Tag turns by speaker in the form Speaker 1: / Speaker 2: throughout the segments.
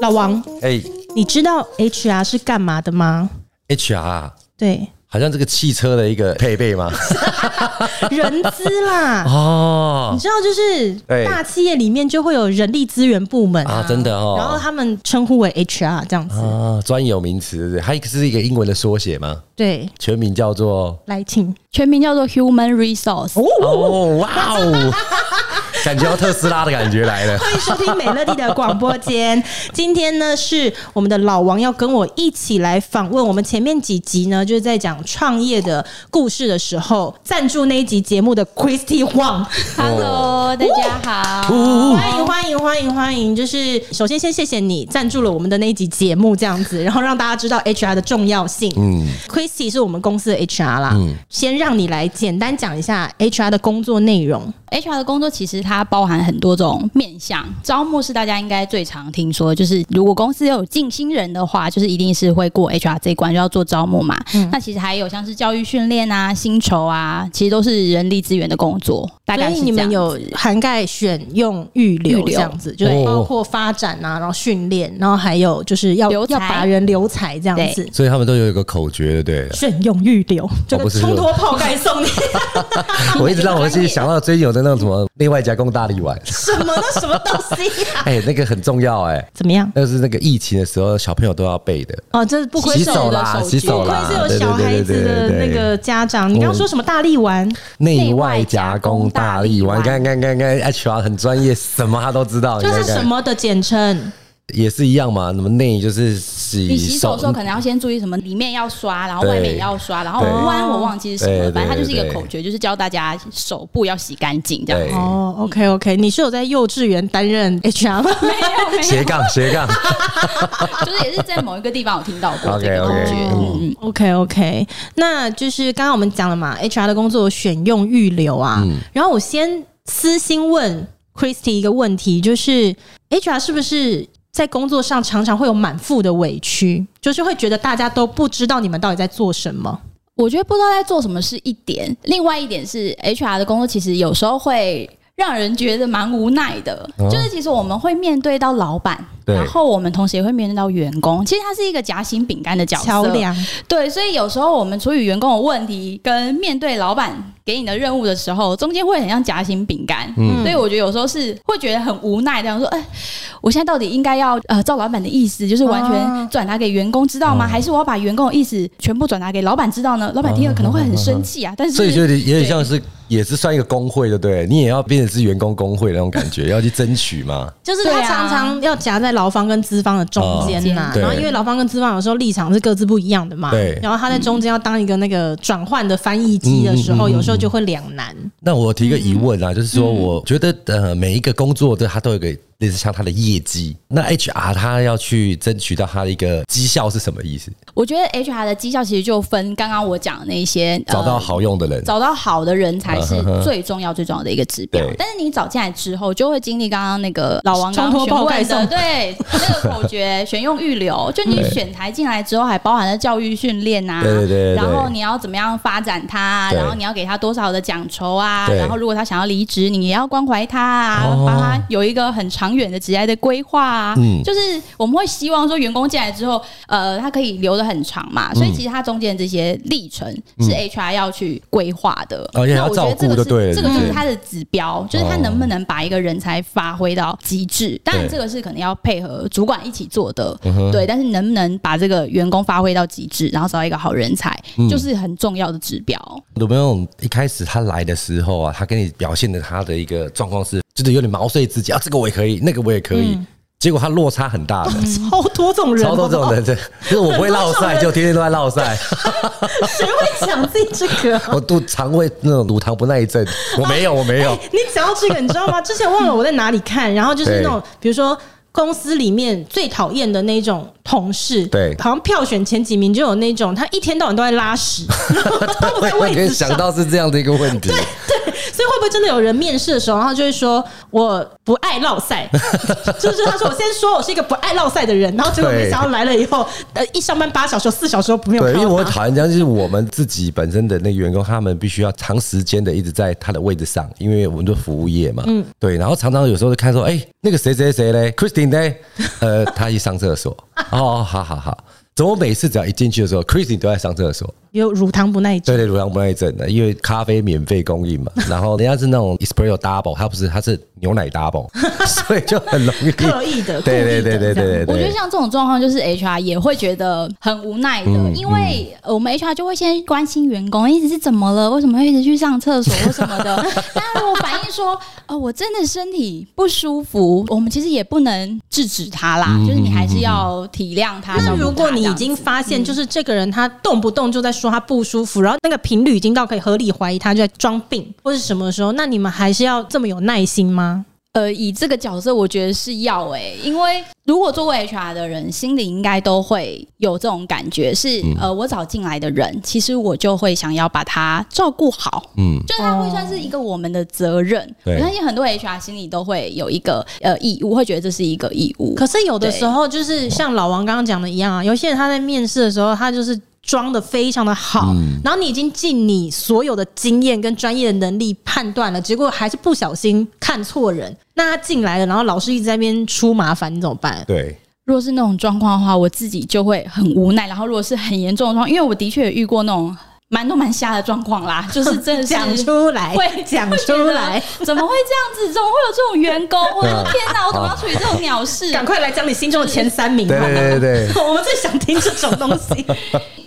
Speaker 1: 老王，
Speaker 2: 哎、
Speaker 1: 你知道 HR 是干嘛的吗？
Speaker 2: h r
Speaker 1: 对，
Speaker 2: 好像这个汽车的一个配备吗？
Speaker 1: 人资啦。
Speaker 2: 哦
Speaker 1: 你，知道，就是
Speaker 2: 对
Speaker 1: 大企业里面就会有人力资源部门
Speaker 2: 啊，真的
Speaker 1: 然后
Speaker 2: 哦，
Speaker 1: 他们称呼为 HR 这样子。
Speaker 2: 啊，专有名词，对不对它是一个英文的缩写吗？
Speaker 1: 对，
Speaker 2: 全名叫做
Speaker 1: 来请
Speaker 3: 全名叫做 Human Resource。
Speaker 2: 哦，哇 哦，感觉要特斯拉的感觉来了。
Speaker 1: 欢迎收听美乐蒂的广播间。 今天呢，是我们的老王要跟我一起来访问。我们前面几集呢，就是在讲创业的故事的时候，赞助那一集节目的 Christy Huang。
Speaker 3: Hello，大家
Speaker 2: 哦
Speaker 3: 好。
Speaker 1: 欢迎欢迎欢迎欢迎！就是首先先谢谢你赞助了我们的那一集节目，这样子，然后让大家知道 HR 的重要性。嗯，Christy 是我们公司的 HR 啦，
Speaker 2: 嗯
Speaker 1: 先让你来简单讲一下 HR 的工作内容。
Speaker 3: HR 的工作其实它包含很多种面向，招募是大家应该最常听说，就是如果公司有进新人的话，就是一定是会过 HR 这一关，就要做招募嘛。那其实还有像是教育训练啊、薪酬啊，其实都是人力资源的工作，大
Speaker 1: 所
Speaker 3: 概
Speaker 1: 以
Speaker 3: 是
Speaker 1: 你们
Speaker 3: 这样
Speaker 1: 有
Speaker 3: 子
Speaker 1: 涵盖选用、预留哦
Speaker 3: 预留
Speaker 1: 这样子，就是
Speaker 2: 对
Speaker 1: 包括发展啊，然后训练，然后还有就是要
Speaker 3: 留才
Speaker 1: 要把人留才这样子。
Speaker 2: 所以他们都有一个口诀，对 不对了？
Speaker 1: 选用预留，这
Speaker 2: 哦不
Speaker 1: 个
Speaker 2: 是
Speaker 1: 冲脱泡盖送你
Speaker 2: 我一直让我自己想到最近有的那种什么内外夹攻大 力丸，
Speaker 1: 什么？那什么东西啊呀、
Speaker 2: 哎、那个很重要哎、
Speaker 1: 怎么样？
Speaker 2: 那是那个疫情的时候小朋友都要背的。
Speaker 1: 哦，这不愧
Speaker 2: 洗
Speaker 1: 是
Speaker 2: 手啦，洗手
Speaker 1: 不愧
Speaker 2: 啦，
Speaker 1: 是有
Speaker 2: 对
Speaker 1: 小孩
Speaker 2: 对对
Speaker 1: 子的
Speaker 2: 对对
Speaker 1: 那
Speaker 2: 对
Speaker 1: 个家长。你刚刚说什么大力丸？
Speaker 2: 内外夹攻大力丸，看看看看，HR 很专业，什么他都知道，
Speaker 1: 就是
Speaker 2: 你看
Speaker 1: 什
Speaker 2: 看
Speaker 1: 么的简称？
Speaker 2: 也是一样嘛。那么内就是洗
Speaker 3: 你洗手的时候可
Speaker 2: 手，
Speaker 3: 能要先注意什么，里面要刷，然后外面也要刷，然后
Speaker 2: 对
Speaker 3: 弯我忘记是什么
Speaker 2: 对
Speaker 3: 了，反正它就是一个
Speaker 2: 对对
Speaker 3: 口诀，就是教大家手部要洗干净这样。
Speaker 2: 对，
Speaker 1: 哦，OK OK，你是有在幼稚园担任 HR 吗？
Speaker 3: 没有没有，
Speaker 2: 斜杠斜杠，
Speaker 3: 就是也是在某一个地方有听到过
Speaker 2: OK，
Speaker 3: 这个口诀
Speaker 2: OK，
Speaker 3: 嗯嗯。
Speaker 1: OK OK，那就是刚刚我们讲了嘛，HR 的工作有选用预留啊。
Speaker 2: 嗯
Speaker 1: 然后我先私心问 Christy 一个问题，就是 HR 是不是在工作上常常会有满腹的委屈，就是会觉得大家都不知道你们到底在做什么？
Speaker 3: 我觉得不知道在做什么是一点，另外一点是 HR 的工作其实有时候会让人觉得蛮无奈的，
Speaker 2: 哦
Speaker 3: 就是其实我们会面对到老板，
Speaker 2: 对
Speaker 3: 然后我们同时也会面对到员工，其实它是一个夹心饼干的角
Speaker 1: 桥
Speaker 3: 色。
Speaker 1: 梁
Speaker 3: 对，所以有时候我们处理员工的问题跟面对老板给你的任务的时候，中间会很像夹心饼干。
Speaker 2: 嗯
Speaker 3: 所以我觉得有时候是会觉得很无奈，这样说，哎、我现在到底应该要呃照老板的意思，就是完
Speaker 1: 啊
Speaker 3: 全转达给员工知道吗？
Speaker 2: 嗯
Speaker 3: 还是我要把员工的意思全部转达给老板知道呢？老板听了可能会很生气啊，但是
Speaker 2: 啊所以就有点有点像是也是算一个工会，对不对？你也要变成是员工工会那种感觉，要去争取嘛。
Speaker 1: 就是他
Speaker 3: 对啊
Speaker 1: 常常要夹在劳方跟资方的中间呐、
Speaker 3: 哦
Speaker 2: 对
Speaker 1: 然后因为劳方跟资方有时候立场是各自不一样的嘛，
Speaker 2: 对
Speaker 1: 然后他在中间要当一个那个转换的翻译机的时候，有时候就会两难。
Speaker 2: 那我提个疑问啊，就是说，我觉得呃，每一个工作的它都有一个类似像它的业绩，那 HR 它要去争取到它的一个绩效是什么意思？
Speaker 3: 我觉得 HR 的绩效其实就分刚刚我讲的那一些
Speaker 2: 找到
Speaker 3: 呃
Speaker 2: 好用的人，
Speaker 3: 找到好的人才是
Speaker 2: 嗯哼哼
Speaker 3: 最重要、最重要的一个指标
Speaker 2: 对。
Speaker 3: 但是你找进来之后，就会经历刚刚那个老王刚
Speaker 1: 冲
Speaker 3: 刚
Speaker 1: 脱爆盖
Speaker 3: 询问
Speaker 1: 送
Speaker 3: 的，对那个口诀选用预 留，就你选材进来之后，还包含了教育训练啊，
Speaker 2: 对对对对
Speaker 3: 然后你要怎么样发展他啊，
Speaker 2: 对
Speaker 3: 然后你要给他多少的奖酬啊，
Speaker 2: 对
Speaker 3: 然后如果他想要离职，你也要关怀他啊，
Speaker 2: 哦
Speaker 3: 帮他有一个很长远的职业的规划啊，
Speaker 2: 嗯
Speaker 3: 就是我们会希望说员工进来之后，呃，他可以留的很长
Speaker 2: 嗯
Speaker 3: 嘛，所以其实他中间这些历程是 HR 要去规划的，
Speaker 2: 而且还
Speaker 3: 那
Speaker 2: 哦要
Speaker 3: 我觉得
Speaker 2: 照
Speaker 3: 这
Speaker 2: 顾
Speaker 3: 个
Speaker 2: 就是对了
Speaker 3: 这个就
Speaker 2: 对
Speaker 3: 是他的指标，就是他
Speaker 2: 哦
Speaker 3: 能不能把一个人才发挥到极致。当然，
Speaker 2: 对嗯
Speaker 3: 这个是可能要配合主管一起做的，对。但是能不能把这个员工发挥到极致，然后找到一个好人才，
Speaker 2: 嗯
Speaker 3: 就是很重要的指标。
Speaker 2: 有没有一开始他来的时候啊，他跟你表现的他的一个状况是，就是有点毛遂自荐啊，这个我也可以，那个我也可以，
Speaker 1: 嗯
Speaker 2: 结果他落差很大的，
Speaker 1: 超多种人，
Speaker 2: 嗯 超多这 种人，这就是我不会落
Speaker 1: 很多这种
Speaker 2: 晒，
Speaker 1: 人
Speaker 2: 就天天都在落晒，
Speaker 1: 谁会讲自己这个？
Speaker 2: 我肚肠胃那种乳糖不耐症，我没有，我没 有，
Speaker 1: 你讲到这个，你知道吗？之前忘了我在哪里看，然后就是
Speaker 2: 对
Speaker 1: 那种，比如说。公司里面最讨厌的那种同事，
Speaker 2: 对
Speaker 1: 好像票选前几名就有那种， 他一天到晚都在拉屎，然后都不在
Speaker 2: 我
Speaker 1: 位
Speaker 2: 可以
Speaker 1: 置上
Speaker 2: 想，到是这样的一个问题，
Speaker 1: 所以会不会真的有人面试的时候，然后就会说我不爱落 赛， 就是他说我先说我是一个不爱落赛的人，然后结果没想到来了以后，呃，一上班八小时，有四小时都没有
Speaker 2: 对，因为我
Speaker 1: 看到
Speaker 2: 很
Speaker 1: 他。
Speaker 2: 讨厌这样，就是我们自己本身的那个员工，他们必须要长时间的一直在他的位置上，因为我们做服务业嘛，嗯，对，然后常常有时候就看说，哎、那个谁谁谁嘞，Christine 嘞，呃，他一上厕所，哦，好好好，怎么每次只要一进去的时候，Christine 都在上厕所？
Speaker 1: 有乳糖不耐症，
Speaker 2: 对对，乳糖不耐症的，因为咖啡免费供应嘛，然后人家是那种 espresso double，它不是，它是牛奶 double，所以就很容易
Speaker 1: 刻意的
Speaker 2: 对对
Speaker 1: 故
Speaker 2: 对
Speaker 1: 意的
Speaker 2: 对
Speaker 1: 这样
Speaker 2: 对对
Speaker 3: 我觉
Speaker 2: 对
Speaker 3: 得。像这种状况，就是 HR 也会觉得很无奈的，
Speaker 2: 嗯
Speaker 3: 因为呃我们 HR 就会先关心员工，一直是怎么了，为什么会一直去上 厕所或什么的。但如果反映说，呃，我真的身体不舒服，我们其实也不能制止他啦，
Speaker 2: 嗯
Speaker 3: 就是你还是要体谅他。照
Speaker 1: 嗯那
Speaker 3: 顾他
Speaker 1: 如果你
Speaker 3: 这
Speaker 1: 已
Speaker 3: 样子
Speaker 1: 经发现，就是这个人他动不动就在说他不舒服，然后那个频率已经到可以合理怀疑他就在装病或是什么的时候，那你们还是要这么有耐心吗？
Speaker 3: 呃，以这个角色，我觉得是要诶、因为如果作为 HR 的人，心里应该都会有这种感觉是，
Speaker 2: 嗯
Speaker 3: 呃，我找进来的人，其实我就会想要把他照顾好，嗯，就是他会算是一个我们的责任。
Speaker 2: 对
Speaker 3: 我相信很多 HR 心里都会有一个呃义务，会觉得这是一个义务。
Speaker 1: 可是有的时候就是像老王刚刚讲的一样啊，有些人他在面试的时候，他就是装的非常的好，然后你已经尽你所有的经验跟专业的能力判断了，结果还是不小心看错人，那他进来了，然后老师一直在那边出麻烦，你怎么办？
Speaker 2: 对，
Speaker 3: 如果是那种状况的话，我自己就会很无奈。然后如果是很严重的状况，因为我的确也遇过那种蛮多蛮瞎的状况 啦，就是真的是
Speaker 1: 讲出来，
Speaker 3: 会
Speaker 1: 讲
Speaker 3: 会觉
Speaker 1: 出
Speaker 3: 得
Speaker 1: 来，
Speaker 3: 怎么会这样子？怎么会有这种员工？我的天哪！我怎么要处理这种鸟事？
Speaker 1: 赶快来讲你心中的前三名，
Speaker 2: 对
Speaker 1: 好
Speaker 2: 对
Speaker 1: 吗？
Speaker 2: 对对 对。
Speaker 1: 我们最想听这种东 西。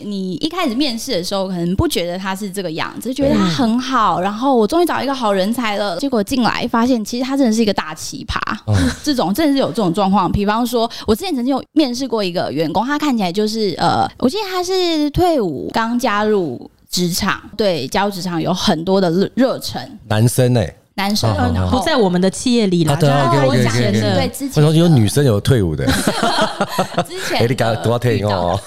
Speaker 3: 你一开始面试的时候，可能不觉得他是这个样子，觉得他很好，然后我终于找一个好人才了。结果进来发现，其实他真的是一个大奇葩。
Speaker 2: 哦
Speaker 3: 这种真的是有这种状况。比方说，我之前曾经有面试过一个员工，他看起来就是呃，我记得他是退伍刚加入。职场对加入职场有很多的热热忱，
Speaker 2: 男生哎、
Speaker 3: 男生、
Speaker 2: 嗯
Speaker 3: 然后
Speaker 1: 不在我们的企业里啦，
Speaker 2: 啊对啊
Speaker 1: 就
Speaker 3: 哦
Speaker 1: 是
Speaker 3: 我
Speaker 2: OK，OK，OK，OK
Speaker 3: 讲
Speaker 1: 之
Speaker 3: 的
Speaker 1: 前
Speaker 3: 是
Speaker 1: 的
Speaker 3: 对之
Speaker 2: 我
Speaker 3: 前
Speaker 2: 说有
Speaker 3: 的
Speaker 2: 女生有退伍的，
Speaker 3: 之
Speaker 2: 哎，
Speaker 3: 前
Speaker 2: 你刚
Speaker 3: 的
Speaker 2: 多少退伍
Speaker 3: 遇到
Speaker 2: 哦？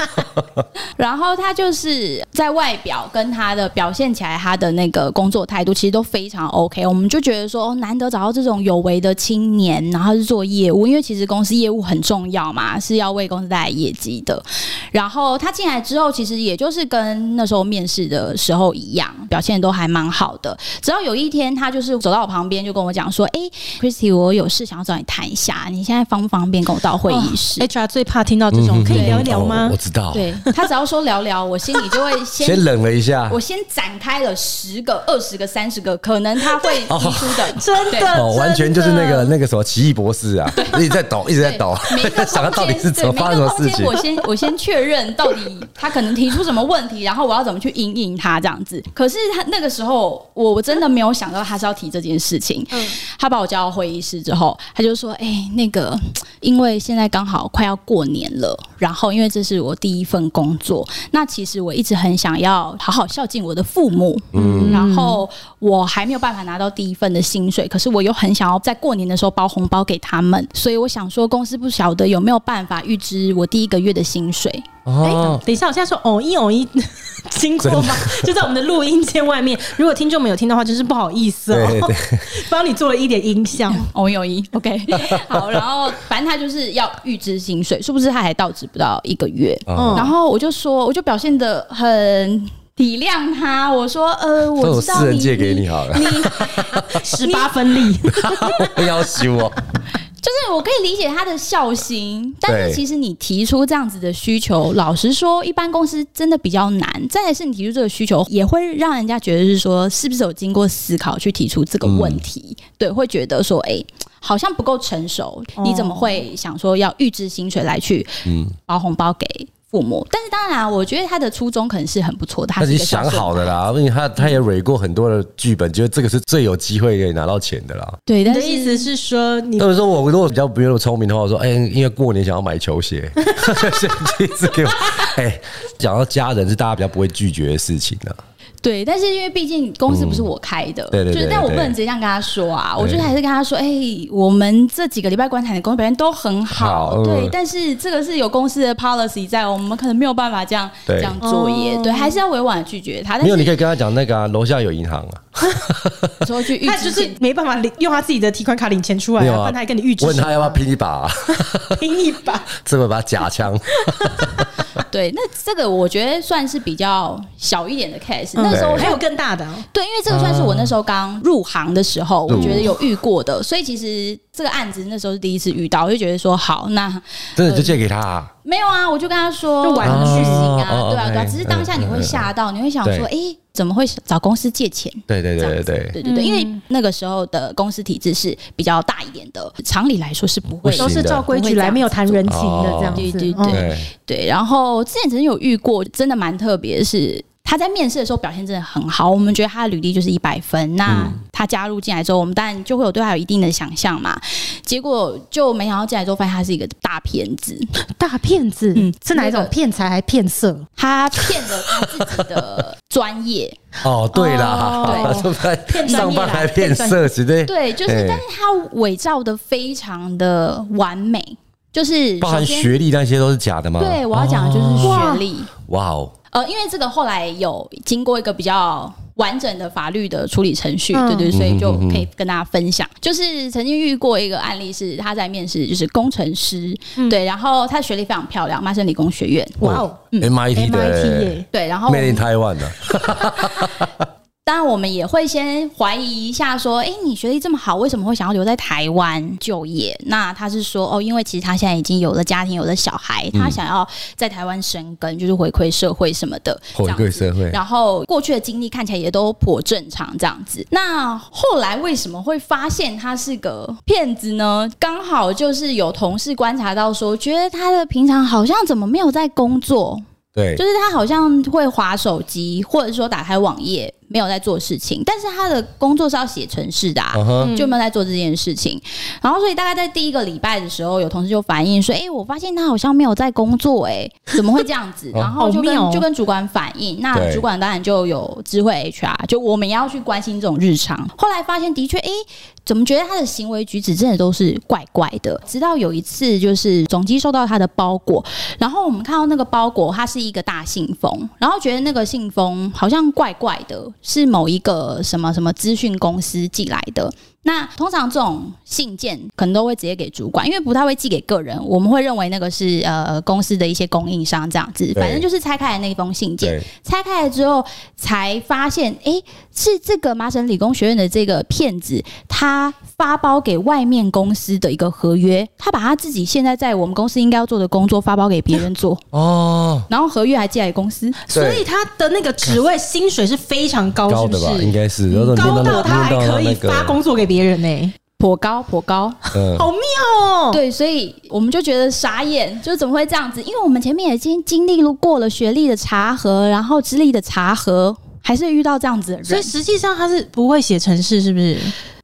Speaker 3: 然后他就是在外表跟他的表现起来，他的那个工作态度其实都非常 OK。我们就觉得说，哦难得找到这种有为的青年，然后是做业务，因为其实公司业务很重要嘛，是要为公司带来业绩的。然后他进来之后，其实也就是跟那时候面试的时候一样，表现都还蛮好的。直到有一天，他就是走到我旁边，就跟我讲说：“哎，Christy，我有事想要找你谈一下，你现在方不方便跟我到会议室？”
Speaker 1: HR 最怕听到这种，可以聊一聊
Speaker 2: 哦
Speaker 1: 吗
Speaker 2: 我？知道，
Speaker 3: 对他只要说聊聊，我心里就会先
Speaker 2: 先冷了一下
Speaker 3: 我。先展开了十个、二十个、三十个，可能他会提出的，
Speaker 1: 真
Speaker 3: 对
Speaker 1: 的，
Speaker 2: 哦，完全就是那个那个什么奇异博士啊，一直在抖，一直在
Speaker 3: 对
Speaker 2: 抖
Speaker 3: 每一 个，
Speaker 2: 想到
Speaker 3: 空
Speaker 2: 到底
Speaker 3: 间，
Speaker 2: 是怎么
Speaker 3: 对每
Speaker 2: 发
Speaker 3: 一
Speaker 2: 生什么
Speaker 3: 个空
Speaker 2: 事
Speaker 3: 间，
Speaker 2: 情
Speaker 3: 我？先我先确认到底他可能提出什么问题，然后我要怎么去应应他这样子。可是他那个时候，我我真的没有想到他是要提这件事情。他把我叫到会议室之后，他就说：“哎、那个，因为现在刚好快要过年了，然后因为这是我第一份工作，那其实我一直很想要好好孝敬我的父母，嗯，然后我还没有办法拿到第一份的薪水，可是我又很想要在过年的时候包红包给他们，所以我想说，公司不晓得有没有办法预支我第一个月的薪水。
Speaker 2: 哦，
Speaker 1: 哎等一下，我现在说哦一哦一经过吗？就在我们的录音间外面。如果听众没有听到的话，就是不好意思
Speaker 2: 对
Speaker 1: 哦
Speaker 2: 对，
Speaker 1: 帮你做了一点音效。
Speaker 3: 哦，有一 OK，好， 然后反正他就是要预支薪水，殊不知他还到职不到一个月，
Speaker 1: 嗯
Speaker 2: 嗯，
Speaker 3: 然后我就说，我就表现的很。体谅他，我说，呃，
Speaker 2: 都
Speaker 3: 我
Speaker 2: 有
Speaker 3: 知道
Speaker 2: 私人借给你好了，
Speaker 1: 十八分力，
Speaker 2: 不 要修哦。
Speaker 3: 就是我可以理解他的孝心，但
Speaker 2: 对
Speaker 3: 是其实你提出这样子的需求，老实说，一般公司真的比较难。再来是你提出这个需求，也会让人家觉得是说，是不是有经过思考去提出这个问
Speaker 2: 嗯
Speaker 3: 题？对，会觉得说，哎、好像不够成熟，你怎么会想说要预支薪水来去
Speaker 2: 嗯
Speaker 3: 包红包给父母？但是当然啊、我觉得他的初衷可能是很不错的，他
Speaker 2: 他已经
Speaker 3: 是一个孝
Speaker 2: 想
Speaker 3: 顺
Speaker 2: 好的啦，因为他他也蕊过很多的剧本，觉得这个是最有机会可以拿到钱的啦。
Speaker 3: 对，
Speaker 1: 你
Speaker 3: 但
Speaker 1: 的
Speaker 3: 是
Speaker 1: 意思是说你
Speaker 2: 或者说我如果比较没有那么聪明的话，我说，哎、因为过年想要买球鞋， 所以一直给我，哎、讲到家人是大家比较不会拒绝的事情啊。
Speaker 3: 对，但是因为毕竟公司不是我开的，
Speaker 2: 嗯对对对
Speaker 3: 就是但我不能
Speaker 2: 对
Speaker 3: 直接这样跟他说啊，
Speaker 2: 对
Speaker 3: 我就是还是跟他说，哎、我们这几个礼拜观察你的公司表现都很好，
Speaker 2: 好
Speaker 3: 对
Speaker 2: 嗯，
Speaker 3: 但是这个是有公司的 policy 在，我们可能没有办法这样
Speaker 2: 对
Speaker 3: 这样作业，
Speaker 1: 哦
Speaker 3: 对，还是要委婉地拒绝他。但
Speaker 2: 没有，你可
Speaker 3: 是
Speaker 2: 以跟他讲那个啊，楼下有银行啊，
Speaker 3: 你 说去预
Speaker 1: 他
Speaker 3: 支
Speaker 1: 就是
Speaker 3: 现
Speaker 1: 没办法领用他自己的提款卡领钱出来、
Speaker 2: 没
Speaker 1: 啊，
Speaker 2: 有
Speaker 1: 不
Speaker 2: 啊
Speaker 1: 然他还跟你预支
Speaker 2: 问
Speaker 1: 什么
Speaker 2: 他要不要拼一把、啊，
Speaker 1: 拼一 把。
Speaker 2: 这会把他假枪。
Speaker 3: 对，那这个我觉得算是比较小一点的 case。那时候
Speaker 1: 我
Speaker 3: 我
Speaker 1: 嗯还
Speaker 3: 还
Speaker 1: 有
Speaker 3: 有。
Speaker 1: 更大的、啊，
Speaker 3: 对，因为这个算是我那时候刚入行的时候，
Speaker 2: 入
Speaker 3: 我觉得有遇过的，所以其实这个案子那时候是第一次遇到，我就觉得说好，那
Speaker 2: 真的就借给他、啊，
Speaker 3: 没有啊，我就跟他说
Speaker 1: 就玩
Speaker 3: 我
Speaker 2: 剧
Speaker 3: 不行
Speaker 2: 哦
Speaker 3: 啊，
Speaker 2: 哦
Speaker 3: 对啊，对啊，
Speaker 2: OK，
Speaker 3: 只是当下你会吓到，你会想
Speaker 2: 对
Speaker 3: 说，诶，怎么会找公司借钱？
Speaker 2: 对对
Speaker 3: 这
Speaker 2: 对对
Speaker 3: 样子
Speaker 2: 对，
Speaker 3: 对对对，
Speaker 1: 嗯
Speaker 3: 因为那个时候的公司体制是比较大一点的，常理来说是不会
Speaker 2: 不
Speaker 1: 都
Speaker 2: 行
Speaker 1: 是照规矩来，没有谈人情的这样子。
Speaker 3: 哦对对对
Speaker 1: 嗯
Speaker 2: 对，
Speaker 3: 对，然后之前曾经有遇过，真的蛮特别的是。他在面试的时候表现真的很好，我们觉得他的履历就是一百分。那他加入进来之后，我们当然就会有对他有一定的想象嘛。结果就没想到进来之后，发现他是一个大骗子，
Speaker 1: 大骗子、
Speaker 3: 嗯
Speaker 1: 是哪一种
Speaker 3: 那个
Speaker 1: 骗财还骗色？
Speaker 3: 他骗了他自己的专业。
Speaker 2: 哦对啦，
Speaker 1: 哦骗专业啦
Speaker 2: 上班还骗色，绝对
Speaker 3: 对，就是，
Speaker 2: 哎
Speaker 3: 但是他伪造的非常的完美，就是
Speaker 2: 包
Speaker 3: 首
Speaker 2: 含
Speaker 3: 先，
Speaker 2: 学历那些都是假的吗？
Speaker 3: 对我要讲的就是学历。
Speaker 2: 哇哦，
Speaker 3: 呃，因为这个后来有经过一个比较完整的法律的处理程序，
Speaker 1: 嗯
Speaker 3: 对对，所以就
Speaker 2: 嗯哼
Speaker 3: 可以跟大家分享。就是曾经遇过一个案例，是他在面试，就是工程师，对，然后他学历非常漂亮，麻省理工学院，
Speaker 1: 哇哦
Speaker 2: ，MIT
Speaker 1: ，MIT
Speaker 2: 的
Speaker 1: 耶，
Speaker 3: 对，然后我
Speaker 2: Made in
Speaker 3: 们
Speaker 2: Taiwan 啊的，
Speaker 3: 当然我们也会先怀疑一下，说，哎，你学历这么好，为什么会想要留在台湾就业？那他是说，哦，因为其实他现在已经有了家庭，有了小孩，
Speaker 2: 嗯
Speaker 3: 他想要在台湾生根，就是回馈社会什么的，
Speaker 2: 回
Speaker 3: 这样
Speaker 2: 馈
Speaker 3: 子
Speaker 2: 社会，
Speaker 3: 然后过去的经历看起来也都颇正常这样子。那后来为什么会发现他是个骗子呢？刚好就是有同事观察到说，觉得他的平常好像怎么没有在工作，
Speaker 2: 对
Speaker 3: 就，是他好像会划手机，或者说打开网页，没有在做事情。但是他的工作是要写程式的、啊，
Speaker 2: 嗯哼，
Speaker 3: 就没有在做这件事情。然后，所以大概在第一个礼拜的时候，有同事就反映说：“哎、我发现他好像没有在工作、诶，哎，怎么会这样 子？”
Speaker 2: 哦
Speaker 3: 然后就
Speaker 1: 好
Speaker 3: 跟、
Speaker 1: 妙哦
Speaker 3: 就跟主管反映，那
Speaker 2: 对
Speaker 3: 主管当然就有知会 HR，就我们也要去关心这种日常。后来发现的确，哎、怎么觉得他的行为举止真的都是怪怪的？直到有一次，就是总机收到他的包裹，然后我们看到那个包裹，它是一个大信封，然后觉得那个信封好像怪怪的，是某一个什么什么资讯公司寄来的。那通常这种信件可能都会直接给主管，因为不太会寄给个人。我们会认为那个是呃公司的一些供应商这样子，反正就是拆开来那封信件。
Speaker 2: 对，
Speaker 3: 拆开来之后，才发现，诶，是这个麻省理工学院的这个骗子，他发包给外面公司的一个合约，他把他自己现在在我们公司应该要做的工作发包给别人 做，
Speaker 2: 哦，
Speaker 3: 然后合约还寄来公司。
Speaker 1: 所以他的那个职位薪水是非常高，
Speaker 2: 高
Speaker 1: 是不
Speaker 2: 的吧，应
Speaker 1: 是？嗯
Speaker 2: 该是，然后念
Speaker 1: 高
Speaker 2: 那
Speaker 1: 到他还
Speaker 2: 念
Speaker 1: 可
Speaker 2: 到
Speaker 1: 以
Speaker 2: 那个
Speaker 1: 发工作给别人呢、
Speaker 3: 颇高，颇高，
Speaker 2: 嗯，
Speaker 1: 好妙哦！
Speaker 3: 对，所以我们就觉得傻眼，就怎么会这样子？因为我们前面已经经历过了学历的查核，然后资历的查核，还是遇到这样子的人，
Speaker 1: 所以实际上他是不会写程式，是不是？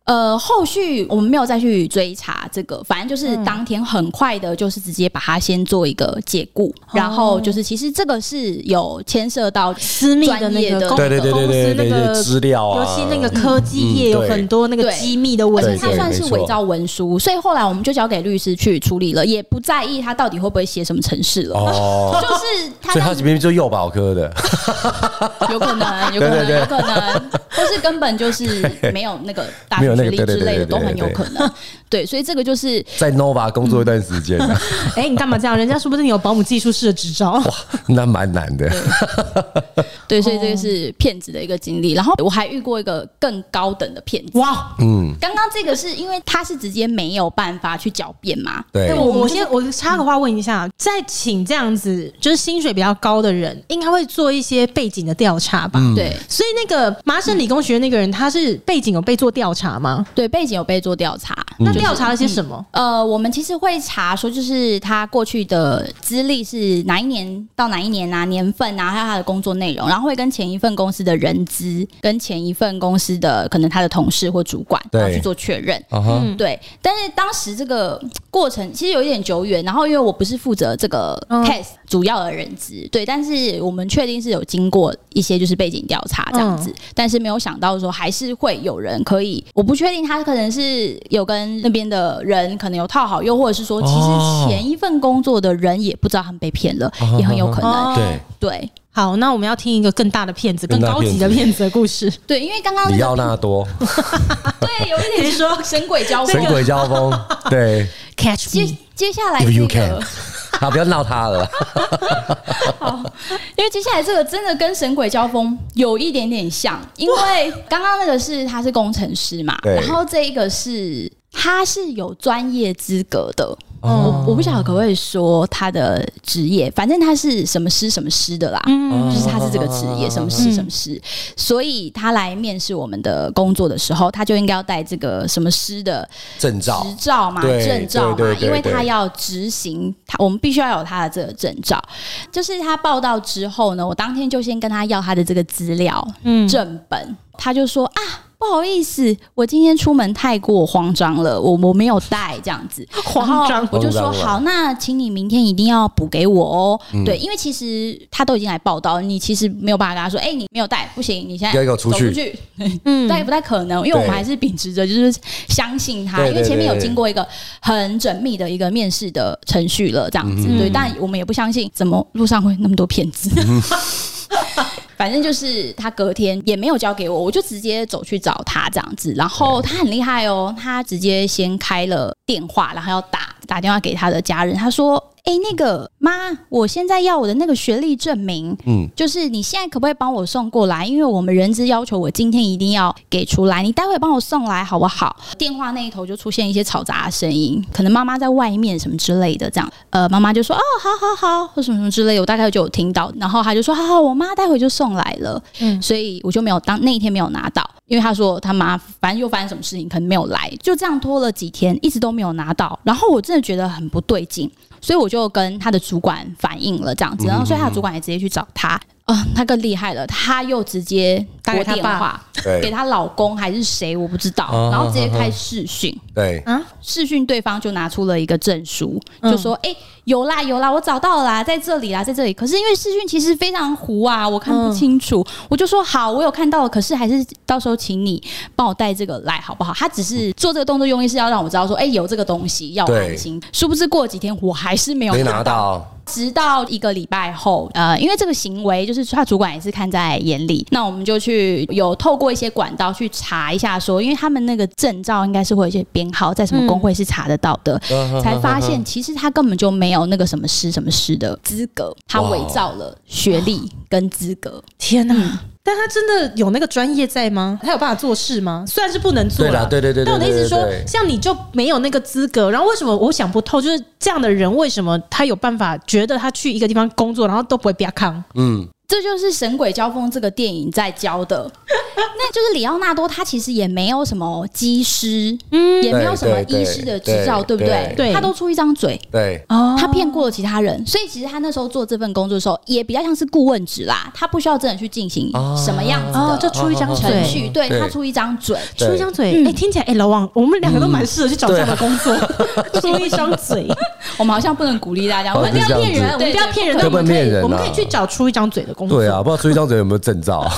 Speaker 3: 呃，后续我们没有再去追查这个，反正就是当天很快的，就是直接把它先做一个解雇，然后就是其实这个是有牵涉到
Speaker 1: 私密的
Speaker 3: 专
Speaker 1: 那
Speaker 3: 业
Speaker 1: 个
Speaker 3: 的
Speaker 1: 公
Speaker 2: 对对对对对
Speaker 1: 公司那
Speaker 2: 对
Speaker 1: 个
Speaker 2: 对，资料
Speaker 1: 尤
Speaker 2: 啊，
Speaker 1: 其那个科技业
Speaker 2: 嗯
Speaker 1: 有
Speaker 2: 对
Speaker 1: 很多那个
Speaker 3: 对
Speaker 1: 机密的
Speaker 3: 而
Speaker 1: 问
Speaker 3: 且
Speaker 1: 题
Speaker 3: 它
Speaker 2: 对，
Speaker 3: 算是
Speaker 2: 没错
Speaker 3: 伪造文书，所以后来我们就交给律师去处理了，也不在意他到底会不会写什么程式 了。
Speaker 2: 哦，
Speaker 3: 就是他
Speaker 2: 所以他
Speaker 3: 在
Speaker 2: 明明就幼保科的，
Speaker 3: 有可能，有 可
Speaker 2: 对对
Speaker 3: 能，
Speaker 2: 对
Speaker 3: 有可能，或是根本就是没有那个大
Speaker 2: 没有
Speaker 3: 学
Speaker 2: 那个
Speaker 3: 学历
Speaker 2: 对对
Speaker 3: 之类
Speaker 2: 对
Speaker 3: 的，
Speaker 2: 对
Speaker 3: 都很
Speaker 2: 对
Speaker 3: 有
Speaker 2: 对
Speaker 3: 可能。对，所以这个就是
Speaker 2: 在 Nova 工作一段时间啊，
Speaker 1: 哎、你干嘛这样？人家说不定有保姆技术师的执照。嗯
Speaker 2: 那蛮难的。
Speaker 3: 对，所以这个是骗子的一个经历。然后我还遇过一个更高等的骗子。
Speaker 1: 哇！
Speaker 2: 嗯，
Speaker 3: 刚刚这个是因为他是直接没有办法去狡辩嘛？
Speaker 2: 对
Speaker 1: 哎，，我我先我插个话问一下，在请这样子就是薪水比较高的人，应该会做一些背景的调查
Speaker 2: 嗯
Speaker 1: 吧？
Speaker 3: 对
Speaker 1: 所以那个麻省理工学院那个人，他是背景有被做调查吗？
Speaker 3: 对，背景有被做调查。
Speaker 2: 嗯
Speaker 1: 那调查了些什么？
Speaker 3: 呃，我们其实会查说，就是他过去的资历是哪一年到哪一年啊，年份啊，还有他的工作内容，然后会跟前一份公司的人资，跟前一份公司的可能他的同事或主管，
Speaker 2: 对
Speaker 3: 然后去做确认。
Speaker 2: 啊哈，
Speaker 1: 嗯
Speaker 3: 对，但是当时这个嗯过程其实有一点久远，然后因为我不是负责这个
Speaker 1: 嗯
Speaker 3: case 主要的人资，对，但是我们确定是有经过一些就是背景调查这样子，
Speaker 1: 嗯
Speaker 3: 但是没有想到说还是会有人可以，我不确定他可能是有跟那边的人可能有套好，又或者是说其
Speaker 2: 哦
Speaker 3: 实前一份工作的人也不知道他们被骗了，也很有可能，
Speaker 1: 哦
Speaker 2: 对，
Speaker 3: 对。
Speaker 1: 好，那我们要听一个更大的骗子、更
Speaker 2: 更大
Speaker 1: 高级的
Speaker 2: 骗子
Speaker 1: 骗子的故事。
Speaker 3: 对，因为刚刚那
Speaker 2: 里
Speaker 3: 个
Speaker 2: 奥纳多，
Speaker 1: 哦
Speaker 3: 对有一
Speaker 1: 你
Speaker 3: 点
Speaker 1: 说
Speaker 3: 神鬼交锋
Speaker 2: 神。鬼 交锋，对
Speaker 1: Catch
Speaker 3: 接
Speaker 1: me，
Speaker 3: 接下来
Speaker 2: ，If
Speaker 3: 这
Speaker 2: you can，
Speaker 3: 个，
Speaker 2: 好，不要闹他了。
Speaker 3: 因为接下来这个真的跟神鬼交锋有一点点像，因为刚刚那个是他是工程师嘛，
Speaker 2: 对
Speaker 3: 然后这一个是他是有专业资格的，
Speaker 1: 哦
Speaker 2: 嗯
Speaker 3: 我不晓得可不可以说他的职业，反正他是什么师什么师的啦，
Speaker 1: 嗯
Speaker 3: 就是他是这个职业什么师什么师，所以他来面试我们的工作的时候，他就应该要带这个什么师的
Speaker 2: 证照
Speaker 3: 执照嘛，
Speaker 2: 对
Speaker 3: 证照
Speaker 2: 对对，
Speaker 3: 嘛
Speaker 2: 对
Speaker 3: 因为
Speaker 2: 对
Speaker 3: 他要执行，他我们必须要有他的这个证照。就是他报到之后呢，我当天就先跟他要他的这个资料
Speaker 1: 嗯
Speaker 3: 正本，他就说啊。不好意思，我今天出门太过慌张了，我我没有带这样子，
Speaker 1: 慌张
Speaker 3: 然后我就说
Speaker 2: 慌张了嗯
Speaker 3: 好，那请你明天一定要补给我哦。对，因为其实他都已经来报道，你其实没有办法跟他说，哎、你没有带，不行，你现在
Speaker 2: 要给我出
Speaker 3: 走
Speaker 2: 去
Speaker 3: 去
Speaker 1: 嗯
Speaker 3: 但也不太可能，因为我们还是秉持着就是相信他，
Speaker 2: 对
Speaker 3: 因为
Speaker 2: 对
Speaker 3: 前面有
Speaker 2: 对对
Speaker 3: 经过一个很缜密的一个面试的程序了，这样子
Speaker 1: 嗯
Speaker 3: 对，但我们也不相信怎么路上会那么多骗子。
Speaker 2: 嗯
Speaker 3: 反正就是他隔天也没有交给我，我就直接走去找他这样子。然后他很厉害哦，他直接先开了电话，然后要打打电话给他的家人，他说。哎、那个妈，我现在要我的那个学历证明，
Speaker 2: 嗯，
Speaker 3: 就是你现在可不可以帮我送过来？因为我们人资要求我今天一定要给出来，你待会帮我送来好不好？电话那一头就出现一些嘈杂的声音，可能妈妈在外面什么之类的，这样，呃，妈妈就说哦，好好好，或什么什么之类的，我大概就有听到，然后他就说好好，我妈待会就送来了，
Speaker 1: 嗯
Speaker 3: 所以我就没有当那一天没有拿到，因为他说他妈反正又发生什么事情，可能没有来，就这样拖了几天，一直都没有拿到，然后我真的觉得很不对劲，所以我就跟他的主管反映了这样子，然后所以他的主管也直接去找他。啊、他更厉害了，他又直接
Speaker 1: 打给
Speaker 3: 拨
Speaker 1: 他
Speaker 3: 电
Speaker 1: 爸
Speaker 3: 话
Speaker 2: 对
Speaker 3: 给她老公还是谁，我不知道
Speaker 2: 啊，
Speaker 3: 然后直接
Speaker 2: 啊啊
Speaker 3: 开视讯，
Speaker 2: 对，
Speaker 3: 视讯对方就拿出了一个证书，
Speaker 1: 嗯
Speaker 3: 就说：“哎、有啦有啦，我找到了啦，在这里啦，在这里。”可是因为视讯其实非常糊啊，我看不清楚，我就说：“好，我有看到了，可是还是到时候请你帮我带这个来好不好？”他只是做这个动作用意是要让我知道说：“哎、有这个东西，要我
Speaker 2: 对
Speaker 3: 安心。”殊不知过几天我还是没有
Speaker 2: 没拿到，
Speaker 3: 直到一个礼拜后，呃，因为这个行为就是他主管也是看在眼里，那我们就去有透过一些管道去查一下说因为他们那个证照应该是会有一些编号，在什么工会是查得到的，
Speaker 2: 嗯
Speaker 3: 才发现其实他根本就没有那个什么师什么师的资格，他伪造了学历跟资格。嗯
Speaker 1: 天哪、但他真的有那个专业在吗？他有办法做事吗？虽然是不能做
Speaker 2: 对啦
Speaker 1: 啦，
Speaker 2: 对对对对
Speaker 1: 但我的意思是说
Speaker 2: 对对，对
Speaker 1: 像你就没有那个资格，然后为什么我想不透，就是这样的人为什么他有办法觉得他去一个地方工作，然后都不会被他扛？
Speaker 2: 嗯，
Speaker 3: 这就是《神鬼交锋》这个电影在教的，那就是里奥纳多他其实也没有什么技师，
Speaker 1: 嗯
Speaker 3: 也没有什么医师的执照，
Speaker 2: 对
Speaker 3: 对不
Speaker 2: 对
Speaker 3: 对？
Speaker 1: 对
Speaker 3: 他都出一张嘴，
Speaker 2: 对，
Speaker 1: 哦
Speaker 3: 他骗过了其他人，所以其实他那时候做这份工作的时候，也比较像是顾问职啦，他不需要真的去进行
Speaker 2: 哦
Speaker 3: 什么样子
Speaker 1: 哦，就
Speaker 3: 的
Speaker 1: 出一张
Speaker 2: 哦哦
Speaker 3: 程
Speaker 2: 哦
Speaker 1: 嘴，
Speaker 3: 序，对
Speaker 2: 对
Speaker 3: 他出一张嘴。
Speaker 2: 对嗯
Speaker 1: 出一张嘴，哎、听起来哎、老王，我们两个都蛮适合去找这样的工 作，出一张 嘴，
Speaker 3: 我们好像不能鼓励大家，我
Speaker 1: 我
Speaker 3: 们
Speaker 1: 们
Speaker 3: 一
Speaker 1: 不
Speaker 3: 定
Speaker 2: 哦是
Speaker 1: 要
Speaker 2: 这
Speaker 1: 骗人，我们一
Speaker 2: 样子
Speaker 1: 定要骗人，
Speaker 2: 对
Speaker 1: 但我们可
Speaker 2: 不能
Speaker 1: 以
Speaker 2: 骗人啊
Speaker 1: 我们可以去找出一张嘴的工作，
Speaker 2: 对啊，不知道出一张嘴有没有证照，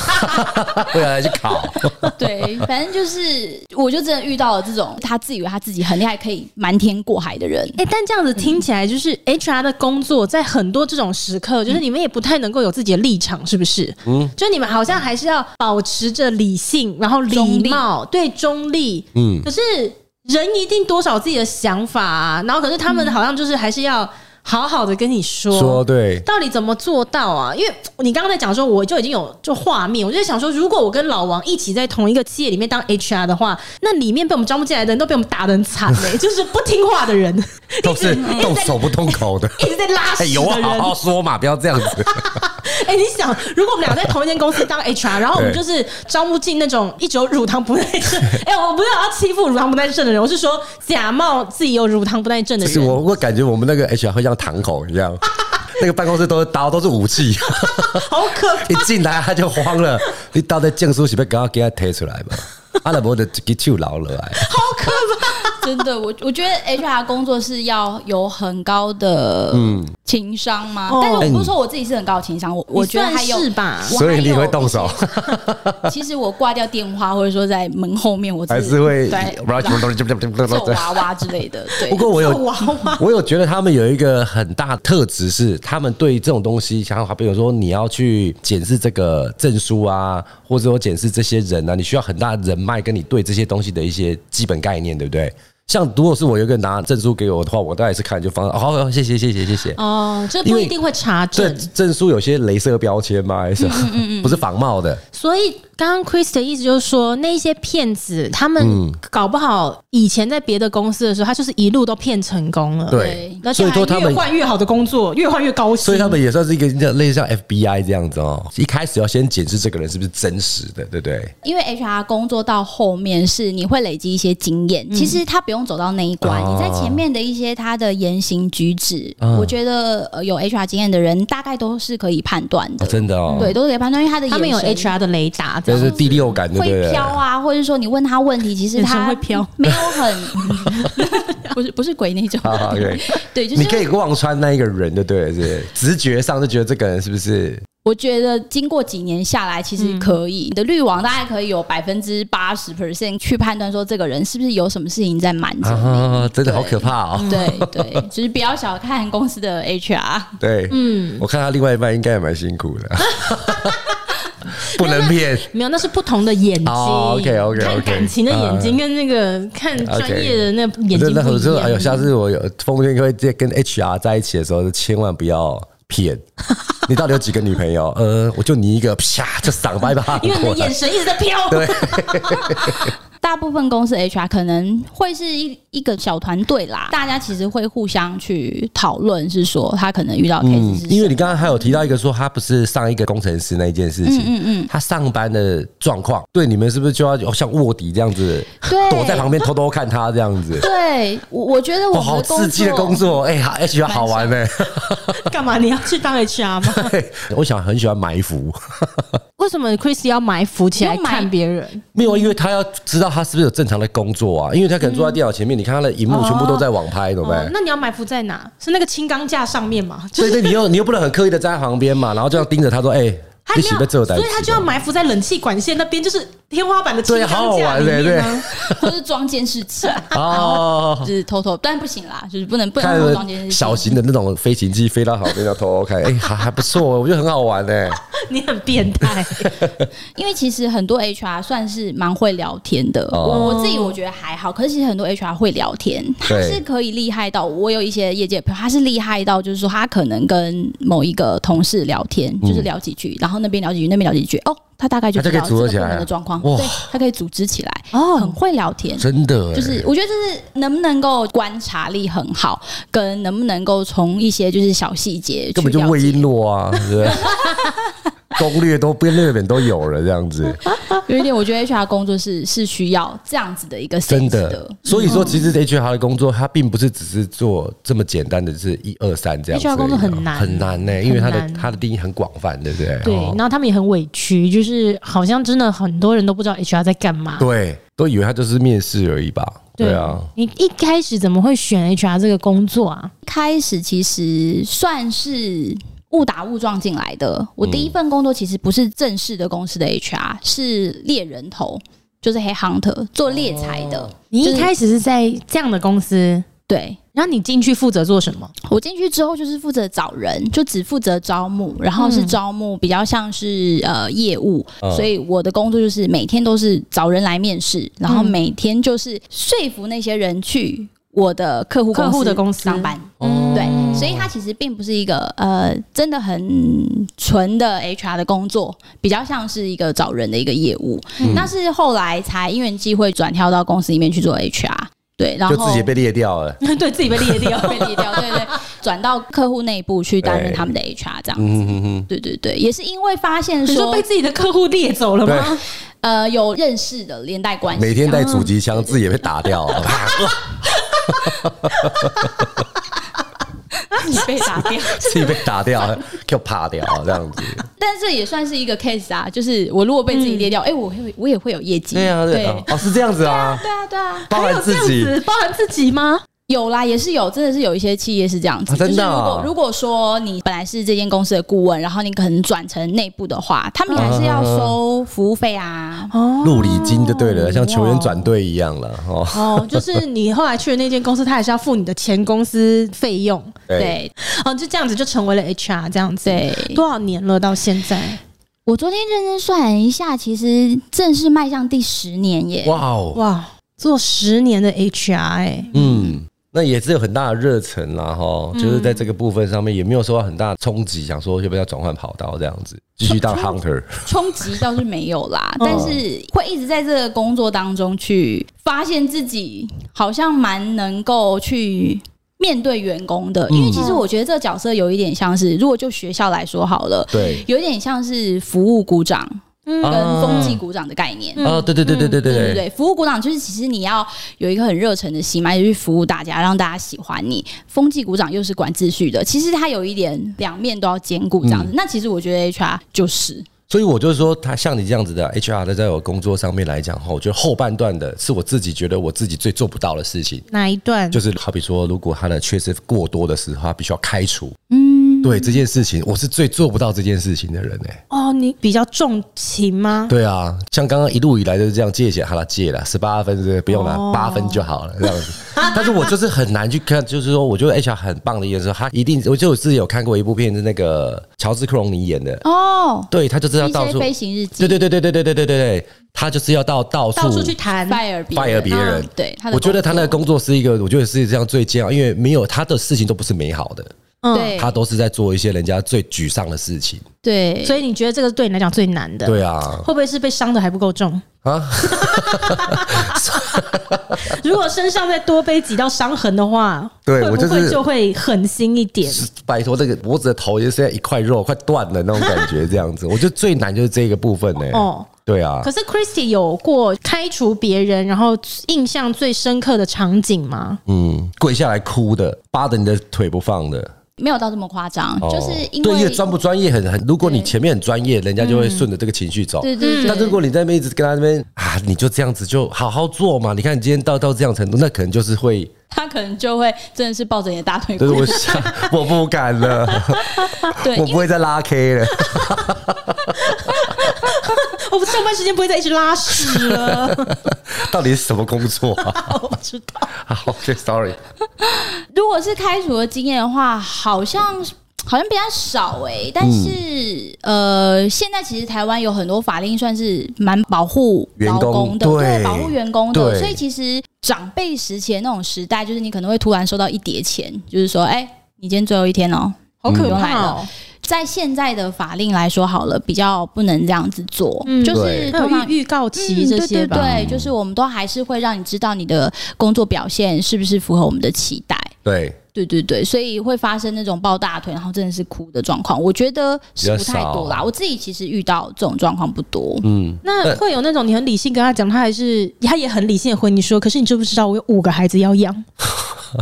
Speaker 2: 未来去考。
Speaker 3: 要对，啊反正就是，我就真的遇到了这种他自以为他自己很厉害，可以瞒天过海的人。
Speaker 1: 哎、但这样子听起来，就是 HR 的工作在很多这种时刻，就是你们也不太能够有自己的立场，是不是？嗯，就你们好像还是要保持着理性，然后礼貌，对中立。
Speaker 2: 嗯，
Speaker 1: 可是人一定多少有自己的想法啊，然后可是他们好像就是还是要好好的跟你说。
Speaker 2: 说 对，
Speaker 1: 到底怎么做到啊？因为你刚刚在讲说，我就已经有就画面，我就在想说，如果我跟老王一起在同一个企业里面当 HR 的话，那里面被我们招募进来的人都被我们打得很惨嘞、 就是不听话的人。
Speaker 2: 都是动手不动口的。
Speaker 1: 一直在拉
Speaker 2: 哎，
Speaker 1: 屎
Speaker 2: 有
Speaker 1: 的
Speaker 2: 话
Speaker 1: 人。哎、哎
Speaker 2: 好好说嘛，不要这样子。
Speaker 1: 你想，如果我们俩在同一间公司当 HR，然后我们就是招募进那种一直有乳糖不耐症， 哎、我不是要欺负乳糖不耐症的人，我是说假冒自己有乳糖不耐症的
Speaker 2: 就是
Speaker 1: 人。
Speaker 2: 我，我感觉我们那个 HR 会像堂口一样， 那个办公室都是刀，都是武器。
Speaker 1: 好可
Speaker 2: 一进来他就慌了，你啊刀在剑书是不是刚刚给他贴出来嘛？阿拉伯的给手捞了来，
Speaker 1: 好可怕！
Speaker 3: 真的，我我觉得 HR 工作是要有很高的
Speaker 2: 嗯
Speaker 3: 情商吗？
Speaker 1: 哦
Speaker 3: 但
Speaker 2: 哎
Speaker 3: 是我不是说我自己是很高的情商，我我
Speaker 1: 你
Speaker 3: 觉得
Speaker 1: 算
Speaker 3: 还有
Speaker 1: 是吧？
Speaker 3: 啊我
Speaker 2: 所以
Speaker 3: 还
Speaker 2: 你
Speaker 3: 有
Speaker 2: 会动手，
Speaker 3: 其实我挂掉电话，或者说在门后面，我
Speaker 2: 还是会
Speaker 3: 对揍
Speaker 2: 对
Speaker 3: 娃娃之类 的。对，
Speaker 2: 不过我 有
Speaker 1: 做娃娃，
Speaker 2: 我有觉得他们有一个很大的特质是，他们对这种东西想法，比如说你要去检视这个证书啊，或者说检视这些人啊，你需要很大的人脉，跟你对这些东西的一些基本概念，对不对？像如果是我有一个拿证书给我的话，我大概是看就放，哦，好好，谢谢，谢谢，谢谢。
Speaker 1: 哦，这
Speaker 2: 因
Speaker 1: 不
Speaker 2: 为
Speaker 1: 一定会查
Speaker 2: 这
Speaker 1: 证。
Speaker 2: 证书有些镭射标签吗？还是什
Speaker 1: 嗯
Speaker 2: 么不是仿冒的？
Speaker 1: 所以刚刚 Chris 的意思就是说，那一些骗子他
Speaker 2: 嗯
Speaker 1: 们搞不好以前在别的公司的时候，他就是一路都骗成功了。
Speaker 2: 对，
Speaker 1: 而且
Speaker 2: 所以
Speaker 1: 还
Speaker 2: 说他
Speaker 1: 越
Speaker 2: 们
Speaker 1: 换越好的工作，越换越高薪。
Speaker 2: 所以他们也算是一个类似像 FBI 这样子哦，一开始要先检视这个人是不是真实的，对不对？
Speaker 3: 因为 HR 工作到后面是你会累积一些经验，
Speaker 2: 嗯
Speaker 3: 其实他不用走到那一关，
Speaker 2: 哦
Speaker 3: 你在前面的一些他的言行举止，
Speaker 2: 嗯
Speaker 3: 我觉得呃有 HR 经验的人大概都是可以判断的，
Speaker 2: 哦真的哦，
Speaker 3: 对，，都是可以判断，因为他的
Speaker 1: 他们有
Speaker 3: 眼神
Speaker 1: HR 的雷达，这
Speaker 2: 这
Speaker 1: 样
Speaker 2: 是第六感，对不
Speaker 3: 会
Speaker 2: 对
Speaker 3: 飘？ 啊，或者说你问他问题，其实
Speaker 1: 眼神
Speaker 3: 他
Speaker 1: 会飘，
Speaker 3: 没有 很 不是不是鬼那种，
Speaker 2: 好好啊对，
Speaker 3: 对，就
Speaker 2: 你可
Speaker 3: 是
Speaker 2: 以望穿那一个人，对对是直觉上就觉得这个人是不是？
Speaker 3: 我觉得经过几年下来，其实可以，你的滤网大概可以有百分之八十 percent 去判断说这个人是不是有什么事情在瞒着你。
Speaker 2: 啊，真的好可怕哦！
Speaker 3: 对对，就是不要小看公司的 HR。
Speaker 2: 对，嗯，我看他另外一半应该也蛮辛苦的，不能骗。
Speaker 1: 没有，那是不同的眼睛。
Speaker 2: 哦，OK，OK，OK 嗯
Speaker 1: 看感情的眼睛跟那个看专业的那眼睛
Speaker 2: 真的
Speaker 1: 不
Speaker 2: 很
Speaker 1: 一
Speaker 2: 说，哎呦，
Speaker 1: 样。
Speaker 2: 下次我有奉劝各位，在跟 HR 在一起的时候，千万不要骗。你到底有几个女朋友？呃，我就你一个，啪，就赏拜吧。
Speaker 1: 因为你的眼神一直在飘，
Speaker 3: 大部分公司 HR 可能会是一一个小团队啦，大家其实会互相去讨论，是说他可能遇到的 case 是什么、
Speaker 2: 嗯因为你刚刚还有提到一个说他不是上一个工程师那一件事情，嗯嗯他上班的状况，对你们是不是就要有像卧底这样子，
Speaker 3: 对
Speaker 2: 躲在旁边偷偷看他这样 子？
Speaker 3: 嗯对我我觉得我
Speaker 2: 哇，
Speaker 3: 们
Speaker 2: 好刺激的工作！哎、好 h r 好玩呢、
Speaker 1: 干嘛？你要去当 HR 吗？
Speaker 2: 嘿 我想很喜欢埋伏，
Speaker 1: 为什么 Chris 要埋伏起来
Speaker 3: 不用埋
Speaker 1: 看别人？
Speaker 2: 没有，因为他要知道他是不是有正常的工作啊，因为他可能坐在电脑前面，你看他的荧幕全部都在网拍，懂没？
Speaker 1: 哦，那你要埋伏在哪？是那个轻钢架上面吗？就
Speaker 2: 所以
Speaker 1: 是
Speaker 2: 对你又你又不能很刻意的站在旁边嘛，然后这样盯着他说：“哎、
Speaker 1: 还没
Speaker 2: 你喜被
Speaker 1: 有，
Speaker 2: 这有代
Speaker 1: 所
Speaker 2: 志
Speaker 1: 以他就要 埋伏在冷气管线那边，就是天花板的轻
Speaker 2: 对好
Speaker 1: 钢
Speaker 2: 好
Speaker 1: 架
Speaker 2: 玩
Speaker 1: 里
Speaker 2: 对
Speaker 1: 面
Speaker 2: 对
Speaker 1: 吗？
Speaker 3: 或是装监视器，
Speaker 2: 哦。
Speaker 3: 就是偷偷，但不行啦，就是不能不能
Speaker 2: 看
Speaker 3: 偷偷装监视器。
Speaker 2: 小型的那种飞行器飞到旁边要偷偷看，哎、还还不错，我觉得很好玩哎、
Speaker 1: 你很变态，
Speaker 3: 因为其实很多 HR 算是蛮会聊天的，
Speaker 2: 哦
Speaker 3: 我我自己我觉得还好，可是其实很多 HR 会聊天，他
Speaker 2: 对
Speaker 3: 是可以厉害到我有一些业界朋友，他是厉害到就是说他可能跟某一个同事聊天，就是聊几句，然后那边聊几句，那边聊几句，哦，他大概就
Speaker 2: 嗯他
Speaker 3: 知
Speaker 2: 就可以
Speaker 3: 道这
Speaker 2: 组
Speaker 3: 个
Speaker 2: 合起
Speaker 3: 部
Speaker 2: 来
Speaker 3: 门的状况，
Speaker 2: 哇
Speaker 3: 对，他可以组织起来，
Speaker 1: 哦
Speaker 3: 很会聊天。
Speaker 2: 真的、哎
Speaker 3: 就是我觉得这是能不能够观察力很好，跟能不能够从一些就是小细节去
Speaker 2: 根本就
Speaker 3: 了
Speaker 2: 魏
Speaker 3: 解
Speaker 2: 璎珞啊，对不对？攻略都变略本都有了，这样子
Speaker 3: 有一点，我觉得 HR 工作是是需要这样子的一个 sense
Speaker 2: 真
Speaker 3: 的
Speaker 2: 的。。所以说，其实 HR 的工作，它并不是只是做这么简单的，就是一二三这样子而已
Speaker 1: HR
Speaker 2: 哦。
Speaker 1: 工作很难
Speaker 2: 很难呢、因为它的
Speaker 1: 很难
Speaker 2: 它的定义很广泛，对不对？
Speaker 1: 对，
Speaker 2: 哦
Speaker 1: 然后他们也很委屈，就是好像真的很多人都不知道 HR 在干嘛。
Speaker 2: 对，都以为它就是面试而已吧？对啊，，
Speaker 1: 你一开始怎么会选 HR 这个工作啊？
Speaker 3: 开始其实算是误打误撞进来的。我第一份工作其实不是正式的公司的 HR，是猎人头，就是黑 hunter 做猎才的。
Speaker 1: 你
Speaker 3: 就
Speaker 1: 一
Speaker 3: 是
Speaker 1: 开始是在这样的公司，
Speaker 3: 对
Speaker 1: 然后你进去负责做什么？
Speaker 3: 我进去之后就是负责找人，就只负责招募，然后是招募比较像是呃业务，
Speaker 2: 嗯
Speaker 3: 所以我的工作就是每天都是找人来面试，然后
Speaker 1: 嗯
Speaker 3: 每天就是说服那些人去我的客户
Speaker 1: 客户的公司嗯
Speaker 3: 上班。
Speaker 2: 哦
Speaker 3: 对，所以它其实并不是一个呃真的很纯的 HR 的工作，比较像是一个找人的一个业务。
Speaker 2: 嗯
Speaker 3: 那是后来才因缘际会转跳到公司里面去做 HR，对，然后
Speaker 2: 就自己被列掉了。
Speaker 1: 对自己被列掉，
Speaker 3: 被列掉，对 对，转到客户内部去担任
Speaker 2: 对
Speaker 3: 他们的 HR 这
Speaker 2: 哎
Speaker 3: 样。
Speaker 2: 嗯哼哼
Speaker 3: 对对对，也是因为发 现
Speaker 1: 你说
Speaker 3: 说
Speaker 1: 被自己的客户列走了吗？
Speaker 3: 呃有认识的连带关
Speaker 2: 哼，
Speaker 3: 系，
Speaker 2: 每天带阻击枪，自己也被打掉了。啪
Speaker 3: 你 被
Speaker 1: 啊
Speaker 3: 打掉。
Speaker 2: 自己被打掉 了，就啪掉了这样子。
Speaker 3: 但这也算是一个 case 啊，就是我如果被自己列掉，哎、我会我也会有业
Speaker 2: 嗯
Speaker 3: 绩。
Speaker 2: 对啊，对
Speaker 3: 对
Speaker 2: 啊，哦，是这样子啊，
Speaker 1: 对啊，对啊，
Speaker 2: 包
Speaker 1: 还
Speaker 2: 含
Speaker 1: 有这样
Speaker 2: 自己
Speaker 1: 子，包含自己吗？
Speaker 3: 有啦，也是有，真的是有一些企业是这样子。
Speaker 2: 啊真的啊
Speaker 3: 就是如果如果说你本来是这间公司的顾问，然后你可能转成内部的话，他们也还是要收服务费啊。
Speaker 1: 哦
Speaker 2: 录礼金就对了，像球员转队一样了哦。
Speaker 1: 哦，就是你后来去的那间公司，他还是要付你的前公司费用，
Speaker 2: 对，
Speaker 3: 对
Speaker 1: 哦，就这样子就成为了 HR 这样子。
Speaker 3: 对，
Speaker 1: 多少年了？到现在，
Speaker 3: 我昨天认真算了一下，其实正式迈向第十年耶。
Speaker 2: 哇哦，
Speaker 1: 哇，做十年的 HR 哎、
Speaker 2: 嗯。那也是有很大的热忱啦，哈，
Speaker 3: 嗯
Speaker 2: 就是在这个部分上面也没有受到很大的冲击，想说要不要转换跑道这样子，继续当 hunter。
Speaker 3: 冲击倒是没有啦，
Speaker 2: 嗯
Speaker 3: 但是会一直在这个工作当中去发现自己好像蛮能够去。面对员工的，
Speaker 2: 嗯
Speaker 3: 因为其实我觉得这个角色有一点像是，如果就学校来说好了，
Speaker 2: 对，
Speaker 3: 有点像是服务股长跟
Speaker 2: 啊
Speaker 3: 风纪股长的概念。
Speaker 2: 啊，对对对对对对
Speaker 3: 对
Speaker 2: 对，
Speaker 3: 对对，服务股长就是其实你要有一个很热忱的心嘛，也去服务大家，让大家喜欢你。风纪股长又是管秩序的，其实他有一点两面都要兼顾这样子。
Speaker 2: 嗯
Speaker 3: 那其实我觉得 HR 就是，
Speaker 2: 所以我就是说，他像你这样子的 HR，在在我工作上面来讲哈，我觉得后半段的是我自己觉得我自己最做不到的事情，
Speaker 3: 嗯
Speaker 1: 哪一段？
Speaker 2: 就是好比说，如果他的缺失过多的时候，他必须要开除。
Speaker 3: 嗯，
Speaker 2: 对这件事情，我是最做不到这件事情的人哎、
Speaker 1: 哦，你比较重情吗？
Speaker 2: 对啊，像刚刚一路以来就是这样借钱，好了，借了十八分是不是不用了，八、分就好了这样子。但是我就是很难去看，就是说，我觉得 HR 很棒的一件事，他一定，我就我自己有看过一部片，是那个乔治克隆尼演的，
Speaker 3: 哦，
Speaker 2: 对他就是要到
Speaker 3: DJ
Speaker 2: 处，
Speaker 3: 飞行日记
Speaker 2: 对对对对对对对对对对，他就是要到到处
Speaker 1: 到处去谈，
Speaker 3: ，fire 别
Speaker 2: fire 别人
Speaker 3: 嗯对，他的
Speaker 2: 我觉得他那个
Speaker 3: 工
Speaker 2: 工作是一个，我觉得是这样最煎熬，因为没有他的事情都不是美好的，
Speaker 1: 嗯，
Speaker 3: 对
Speaker 2: 他都是在做一些人家最沮丧的事情。
Speaker 3: 对，
Speaker 1: 所以你觉得这个对你来讲最难的？
Speaker 2: 对啊，
Speaker 1: 会不会是被伤的还不够重？
Speaker 2: 啊，
Speaker 1: 如果身上再多被几道伤痕的话，
Speaker 2: 对
Speaker 1: 会
Speaker 2: 我就
Speaker 1: 不
Speaker 2: 是
Speaker 1: 会就会狠心一点？
Speaker 2: 拜托，这个脖子的头也是现在一块肉快断了那种感觉，这样子，我觉得最难就是这个部分呢、
Speaker 1: 哦，
Speaker 2: 对啊
Speaker 1: 可，是 Christy 有过开除别人，然后印象最深刻的场景吗？
Speaker 2: 嗯，跪下来哭的，扒着你的腿不放的，
Speaker 3: 没有到这么夸张，
Speaker 2: 哦
Speaker 3: 就是因
Speaker 2: 对，因
Speaker 3: 为
Speaker 2: 为专不专业很很，如果你前面很专业，人家就会顺着这个情绪走。
Speaker 3: 对对嗯对，
Speaker 2: 但如果你在那边一直跟他那边啊，你就这样子就好好做嘛，你看你今天到到这样程度，那可能就是会，
Speaker 3: 他可能就会真的是抱着你的大腿
Speaker 2: 就
Speaker 3: 骨
Speaker 2: 是，我想我不敢了，
Speaker 3: 对，
Speaker 2: 我
Speaker 3: 因
Speaker 2: 不
Speaker 3: 为
Speaker 2: 会再拉 K 了。
Speaker 1: 我们上班时间不会再一直拉屎了，
Speaker 2: 到底是什么工作啊？
Speaker 1: 我不知道。
Speaker 2: 好，OK，Sorry，、
Speaker 3: 如果是开除的经验的话，好像好像比较少哎、但是、
Speaker 2: 嗯
Speaker 3: 呃，现在其实台湾有很多法令算是蛮保护
Speaker 2: 员
Speaker 3: 劳
Speaker 2: 工
Speaker 3: 工的，
Speaker 2: 对
Speaker 3: 保护员工的，
Speaker 2: 对
Speaker 3: 所以其实长辈时期的那种时代，就是你可能会突然收到一叠钱，就是说，哎、你今天最后一天哦、
Speaker 1: 好
Speaker 3: 可
Speaker 1: 可
Speaker 3: 怕
Speaker 1: 怕
Speaker 3: 哦
Speaker 1: 哦！
Speaker 3: 在现在的法令来说好了，比较不能这样子做，就是
Speaker 2: 对
Speaker 1: 还
Speaker 3: 通常
Speaker 1: 有预预告期
Speaker 3: 嗯
Speaker 1: 这些吧，
Speaker 3: 对对对，就是我们都还是会让你知道你的工作表现是不是符合我们的期待。
Speaker 2: 对，
Speaker 3: 对对对，所以会发生那种抱大腿，然后真的是哭的状况，我觉得是不太多
Speaker 2: 比较
Speaker 3: 啦。
Speaker 2: 少
Speaker 3: 我自己其实遇到这种状况不多，
Speaker 2: 嗯，
Speaker 1: 那会有那种你很理性跟他讲，他还是他也很理性的回你说，可是你知不知道我有五个孩子要 养？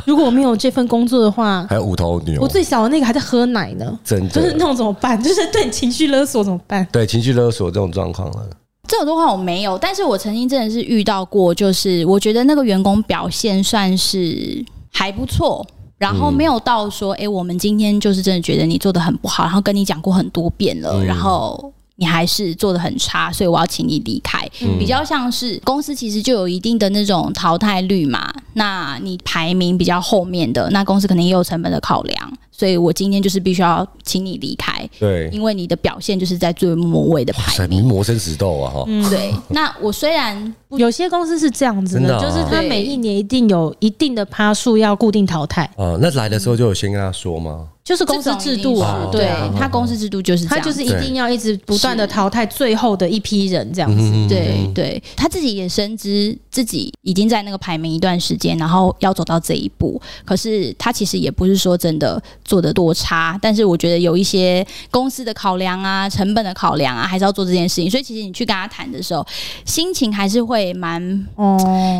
Speaker 1: 如果我没有这份工作的话，
Speaker 2: 还有五头牛
Speaker 1: 我，最小的那个还在喝奶呢，
Speaker 2: 真
Speaker 1: 就是那
Speaker 2: 的。
Speaker 1: 种怎么办？ 就是对你情绪勒索怎么办？
Speaker 2: 对情绪勒索这种状况了，
Speaker 3: 这种状况我没有，但是我曾经真的是遇到过，就是我觉得那个员工表现算是还不错。然后没有到说，哎、我们今天就是真的觉得你做的很不好，然后跟你讲过很多遍了，
Speaker 2: 嗯
Speaker 3: 然后你还是做的很差，所以我要请你离开。比较像是公司其实就有一定的那种淘汰率嘛，那你排名比较后面的，那公司可能也有成本的考量，所以我今天就是必须要请你离开，
Speaker 2: 对，
Speaker 3: 因为你的表现就是在最末尾的
Speaker 2: 哇
Speaker 3: 排
Speaker 2: 塞，
Speaker 3: 名
Speaker 2: 名。模生死斗啊哈！
Speaker 3: 对，那我虽然不
Speaker 1: 有些公司是这样子
Speaker 2: 真的
Speaker 1: 的，
Speaker 2: 啊
Speaker 1: 就是他
Speaker 3: 对
Speaker 1: 每一年一定有一定的趴数要固定淘汰，
Speaker 2: 啊、那来的时候就有先跟他说吗？
Speaker 1: 就是公司制度啊
Speaker 2: 哦，
Speaker 1: 对
Speaker 3: 对
Speaker 1: 啊。
Speaker 3: 他公司制度就是这
Speaker 1: 他
Speaker 3: 样，
Speaker 1: 就是一定要一直不断的淘汰最后的一批人，这样子。
Speaker 2: 嗯，
Speaker 3: 对对，他自己也深知自己已经在那个排名一段时间，然后要走到这一步，可是他其实也不是说真的做得多差，但是我觉得有一些公司的考量啊、成本的考量啊，还是要做这件事情，所以其实你去跟他谈的时候，心情还是会会蛮
Speaker 1: 哦，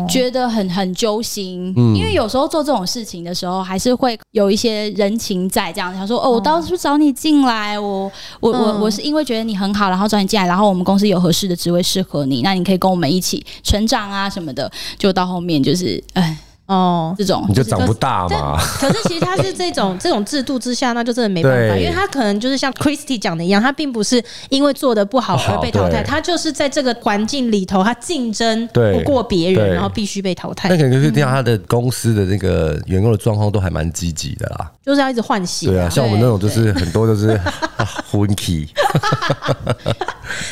Speaker 3: 觉得很很揪心，
Speaker 2: 嗯
Speaker 3: 因为有时候做这种事情的时候，还是会有一些人情在这样，想说哦，
Speaker 2: 嗯
Speaker 3: 我当初找你进来，我我我
Speaker 1: 嗯
Speaker 3: 我是因为觉得你很好，然后找你进来，然后我们公司有合适的职位适合你，那你可以跟我们一起成长啊什么的，就到后面就是哎
Speaker 1: 哦，
Speaker 3: 这种
Speaker 2: 你就是长不大嘛。
Speaker 1: 可是其实他是这种 这种制度之下，那就真的没办法，
Speaker 2: 对
Speaker 1: 因为他可能就是像 Christy 讲的一样，他并不是因为做的不好而被淘汰，
Speaker 2: 不好对
Speaker 1: 他就是在这个环境里头，他竞争
Speaker 2: 对
Speaker 1: 不过别
Speaker 2: 对
Speaker 1: 人，然后必须被淘汰
Speaker 2: 那，可能就是听到他的公司的那个员工的状况都还蛮积极的啦。
Speaker 1: 就是要一直换血、
Speaker 2: 对啊，像我们那种就是很多就是混 key，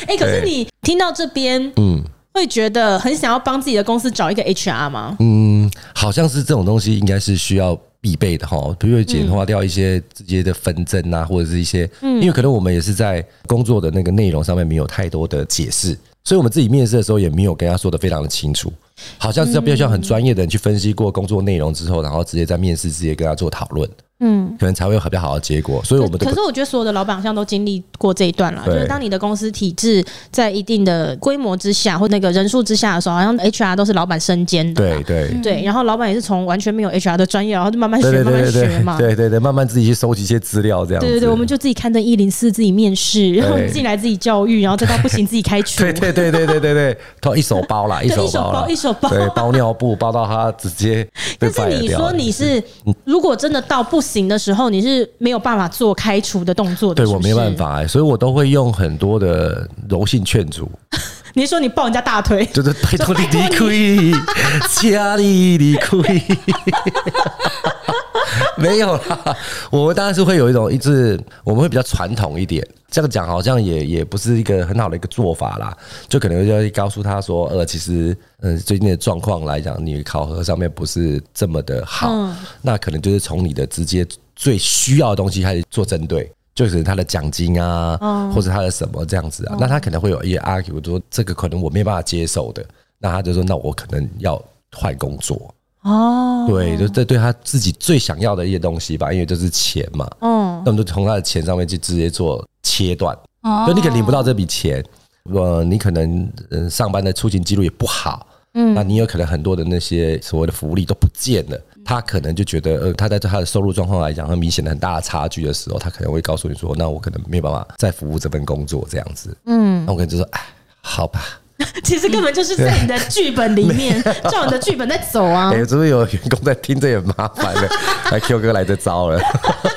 Speaker 1: 哎、可是你听到这边，
Speaker 2: 嗯
Speaker 1: 会觉得很想要帮自己的公司找一个 HR 吗？
Speaker 2: 嗯，好像是这种东西应该是需要必备的哈，比如说简化掉一些直接的纷争啊，或者是一些，
Speaker 1: 嗯
Speaker 2: 因为可能我们也是在工作的那个内容上面没有太多的解释。所以我们自己面试的时候也没有跟他说的非常的清楚，好像是要必须要很专业的人去分析过工作内容之后，然后直接在面试直接跟他做讨论，
Speaker 1: 嗯。
Speaker 2: 可能才会有比较好的结果。所以我们的
Speaker 1: 可是我觉得所有的老板好像都经历过这一段了，就
Speaker 2: 对
Speaker 1: 是当你的公司体制在一定的规模之下，或那个人数之下的时候，好像 HR 都是老板身兼的嘛。
Speaker 2: 对对，
Speaker 1: 对，然后老板也是从完全没有 HR 的专业，然后就慢慢学，
Speaker 2: 嗯对对
Speaker 1: 慢慢
Speaker 2: 对
Speaker 1: 学嘛。
Speaker 2: 对对对对，慢慢自己去收集一些资料，这样子。
Speaker 1: 对对对，我们就自己刊登一零四，自己面试，然后
Speaker 2: 对
Speaker 1: 进来自己教育，然后再到不 行自己开除。
Speaker 2: 对对对对对对 对，他一手包啦，一手包啦，
Speaker 1: 一手包一手包
Speaker 2: 对，包尿布包到他直 接被
Speaker 1: 但是
Speaker 2: fire
Speaker 1: 你
Speaker 2: 掉
Speaker 1: 说
Speaker 2: 了。嗯
Speaker 1: 你是，如果真的到不行的时候，你是没有办法做开除的动作的。
Speaker 2: 对
Speaker 1: 是
Speaker 2: 我
Speaker 1: 不是
Speaker 2: 没办。法、欸，所以我都会用很多的柔性劝阻，
Speaker 1: 你是说你抱人家大腿，
Speaker 2: 就是拜托你
Speaker 1: 拜
Speaker 2: 离
Speaker 1: 托
Speaker 2: 开，家里离开。 没有啦，我们当然是会有一种一直，我们会比较传统一点。这样讲好像也也不是一个很好的一个做法啦，就可能就要告诉他说，呃，其实，嗯、最近的状况来讲，你考核上面不是这么的好，那可能就是从你的直接最需要的东西开始做针对，就是他的奖金啊，或者他的什么这样子啊，那他可能会有一些 argue 说，这个可能我没办法接受的，那他就说，那我可能要换工作，
Speaker 1: 哦，
Speaker 2: 对，就这对他自己最想要的一些东西吧，因为就是钱嘛。
Speaker 1: 嗯，
Speaker 2: 那我们就从他的钱上面去直接做切断，嗯
Speaker 3: 哦
Speaker 2: 就你可能领不到这笔钱，呃，你可能嗯上班的出勤记录也不好，嗯，那你有可能很多的那些所谓的福利都不见了，他可能就觉得呃他在他的收入状况来讲，很明显的很大的差距的时候，他可能会告诉你说，那我可能没有办法再服务这份工作这样子， 嗯，那我可能就说，哎，好吧，
Speaker 1: 其实根本就是在你的剧本里面，照你的剧本在走啊
Speaker 2: 哎、。是不是有员工在听，这也麻烦了， 来 Q 哥来这招了。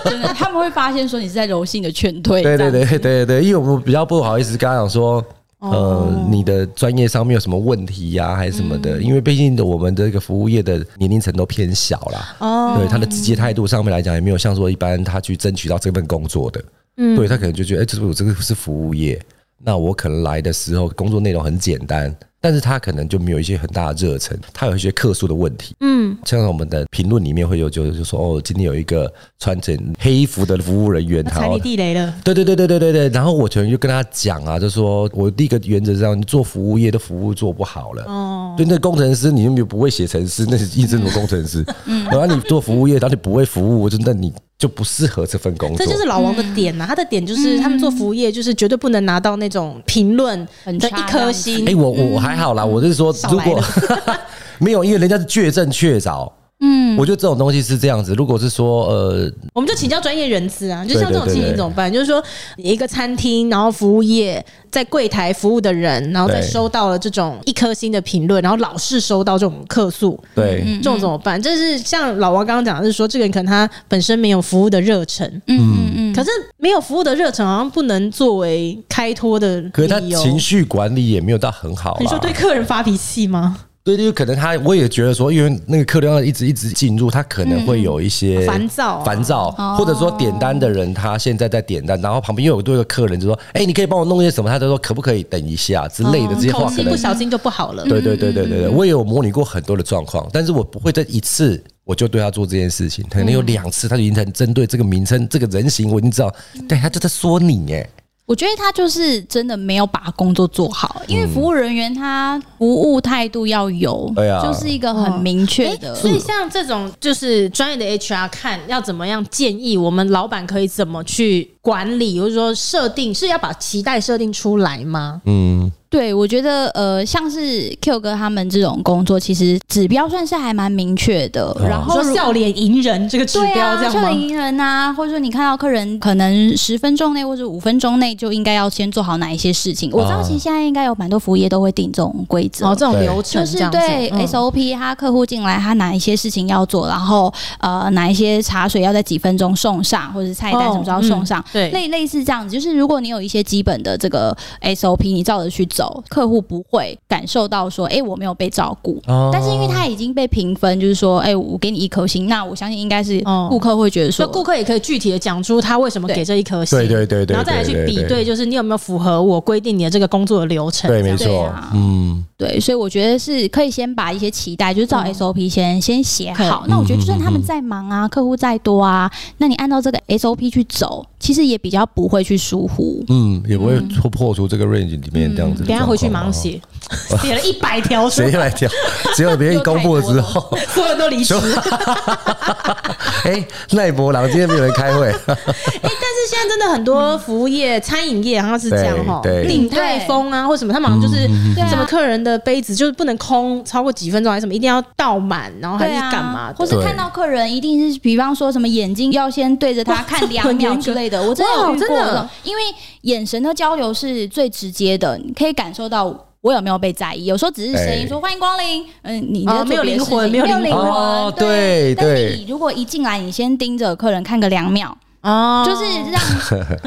Speaker 3: 真的，他们会发现说你是在柔性的劝退，
Speaker 2: 对
Speaker 3: 这
Speaker 2: 对
Speaker 3: 样
Speaker 2: 对对对对，因为我们比较不好意思跟他讲说，
Speaker 1: 哦
Speaker 2: 呃，你的专业上面有什么问题呀、还是什么
Speaker 1: 嗯
Speaker 2: 的，因为毕竟我们这个服务业的年龄层都偏小啦。
Speaker 1: 哦，
Speaker 2: 对他的直接态度上面来讲，也没有像说一般他去争取到这份工作的，
Speaker 1: 嗯
Speaker 2: 对他可能就觉得，哎、这是我这个是服务业，那我可能来的时候工作内容很简单，但是他可能就没有一些很大的热忱，他有一些客诉的问题，
Speaker 1: 嗯，
Speaker 2: 像我们的评论里面会有就就说，哦，今天有一个穿着黑衣服的服务人员，
Speaker 1: 那踩你
Speaker 2: 好
Speaker 1: 地雷了。
Speaker 2: 对对对对对对对，然后我可能就跟他讲啊，就说我第一个原则上，你做服务业的服务做不好了，
Speaker 1: 哦，
Speaker 2: 对，那工程师你又没有不会写程式，那是应征什么工程师？
Speaker 1: 嗯
Speaker 2: 然后你做服务业，然后你不会服务，就那你就不适合这份工
Speaker 1: 这
Speaker 2: 作。
Speaker 1: 就是老王的
Speaker 3: 嗯
Speaker 1: 点呐、啊，他的点就是他们做服务业，就是绝对不能拿到那种评论
Speaker 3: 很
Speaker 1: 的
Speaker 3: 差
Speaker 1: 一颗星
Speaker 2: 哎、。我我我还好啦，我是说，
Speaker 1: 嗯少
Speaker 2: 如
Speaker 1: 来
Speaker 2: 果没有，因为人家是确证确凿，嗯，我觉得这种东西是这样子。如果是说呃，
Speaker 1: 我们就请教专业人士啊，就像这种情
Speaker 2: 对对对
Speaker 1: 形
Speaker 2: 对
Speaker 1: 怎么办？就是说，一个餐厅，然后服务业在柜台服务的人，然后再
Speaker 2: 对
Speaker 1: 收到了这种一颗星的评论，然后老是收到这种客诉，
Speaker 3: 嗯
Speaker 2: 对，
Speaker 1: 这种怎么办？就是像老王刚刚讲的是说，这个人可能他本身没有服务的热忱，
Speaker 3: 嗯嗯嗯，
Speaker 1: 可是没有服务的热忱好像不能作为开脱的
Speaker 2: 可是他
Speaker 1: 理由。
Speaker 2: 情绪管理也没有到很好啦。
Speaker 1: 你说对客人发脾气吗？
Speaker 2: 对，就是可能他，我也觉得说，因为那个客流量一直一直进入，他可能会有一些
Speaker 1: 嗯烦躁啊
Speaker 2: 烦躁，或者说点单的人他现在在点单，然后旁边又有多一个客人就说：“哎，你可以帮我弄些什么？”他就说：“可不可以等一下？”之类的这些
Speaker 1: 口
Speaker 2: 话，可
Speaker 1: 气
Speaker 2: 能
Speaker 1: 哦不小心就不好了。
Speaker 2: 对对对对对对，我也有模拟过很多的状况，但是我不会在一次我就对他做这件事情，可能有两次他就已经很针对这个名称、这个人形，我已经知道，对他就在说你哎，
Speaker 3: 我觉得他就是真的没有把工作做好，因为服务人员他服务态度要有，
Speaker 2: 对啊嗯
Speaker 3: 就是一个很明确的
Speaker 1: 诶。所以像这种就是专业的 HR 看要怎么样建议我们老板可以怎么去管理，或者说设定，是要把期待设定出来吗？
Speaker 2: 嗯，
Speaker 3: 对，我觉得呃，像是 Q 哥他们这种工作，其实指标算是还蛮明确的。
Speaker 2: 哦
Speaker 3: 然后
Speaker 1: 说
Speaker 3: 如
Speaker 1: 笑脸迎人这个指
Speaker 3: 对
Speaker 1: 标，
Speaker 3: 啊，
Speaker 1: 这样
Speaker 3: 笑
Speaker 1: 吗？
Speaker 3: 脸迎人呐、或者说你看到客人可能十分钟内或者五分钟内就应该要先做好哪一些事情。我
Speaker 2: 啊
Speaker 3: 知道其实现在应该有蛮多服务业都会定这种规则，
Speaker 1: 哦，这种
Speaker 2: 对
Speaker 1: 流程
Speaker 3: 就是
Speaker 1: 这样子
Speaker 3: 对
Speaker 1: 嗯
Speaker 3: SOP，他客户进来，他哪一些事情要做，然后呃哪一些茶水要在几分钟送上，或者是菜单
Speaker 1: 哦
Speaker 3: 什么时候送上
Speaker 1: 嗯，对
Speaker 3: 类类似这样子。就是如果你有一些基本的这个 SOP，你照着去走，客户不会感受到说，哎、我没有被照顾。
Speaker 2: 哦
Speaker 3: 但是因为他已经被评分，就是说，哎、我给你一颗星，那我相信应该是
Speaker 1: 哦
Speaker 3: 顾客会觉得
Speaker 1: 所
Speaker 3: 说，
Speaker 1: 以顾客也可以具体的讲出他为什么
Speaker 3: 对
Speaker 1: 给这一颗星，
Speaker 2: 对对对对，
Speaker 1: 然后再来去比对，，就是你有没有符合我规定你的这个工作的流程，
Speaker 2: 对，
Speaker 1: 这
Speaker 2: 没
Speaker 1: 样
Speaker 2: 错
Speaker 3: 对啊，
Speaker 2: 嗯，
Speaker 3: 对，所以我觉得是可以先把一些期待，就是照
Speaker 1: 嗯
Speaker 3: SOP 先、先写好
Speaker 1: 可。
Speaker 3: 那我觉得，就
Speaker 2: 嗯
Speaker 3: 算
Speaker 2: 嗯
Speaker 3: 他们
Speaker 2: 嗯
Speaker 3: 再忙啊，客户再多啊，那你按照这个 SOP 去走，其实也比较不会去疏忽。
Speaker 2: 嗯，也不会戳破除这个 range 里面这样子的状况。
Speaker 1: 等一下回去忙
Speaker 2: 哦，
Speaker 1: 写，写了一百条出
Speaker 2: 谁
Speaker 1: 来，
Speaker 2: 来挑？只有别人公布了之后，
Speaker 1: 所有人都离职。
Speaker 2: 哎，奈博郎今天没有人开 会，
Speaker 1: 但是现在真的很多服务业、餐饮业好像是这样哈，
Speaker 2: 对对
Speaker 1: 鼎泰丰啊或什么，他们好像
Speaker 2: 嗯
Speaker 1: 就是
Speaker 3: 对啊
Speaker 1: 什么客人的杯子就是不能空超过几分钟，还是什么一定要倒满，然哦后还是干嘛
Speaker 3: 啊或
Speaker 1: 的？
Speaker 3: 是
Speaker 2: 对
Speaker 3: 看到客人，一定是比方说什么眼睛要先对着他
Speaker 1: 哇
Speaker 3: 看
Speaker 1: 这
Speaker 3: 两
Speaker 1: 很
Speaker 3: 秒
Speaker 1: 严格
Speaker 3: 之类的，我真的有
Speaker 1: 哇
Speaker 3: 遇
Speaker 1: 真
Speaker 3: 过
Speaker 1: 的
Speaker 3: 这种，因为眼神的交流是最直接的，你可以感受到。我有没有被在意？有时候只是声音
Speaker 2: 哎
Speaker 3: 说“欢迎光临”，嗯，你
Speaker 1: 哦
Speaker 3: 在做
Speaker 1: 没有
Speaker 3: 别的
Speaker 1: 灵
Speaker 3: 事情
Speaker 1: 魂
Speaker 3: 没
Speaker 1: 没有灵
Speaker 3: 灵
Speaker 2: 魂哦对
Speaker 3: 对。但是
Speaker 2: 对
Speaker 3: 你如果一进来，你先盯着客人看个两秒，
Speaker 1: 哦
Speaker 3: 就是让，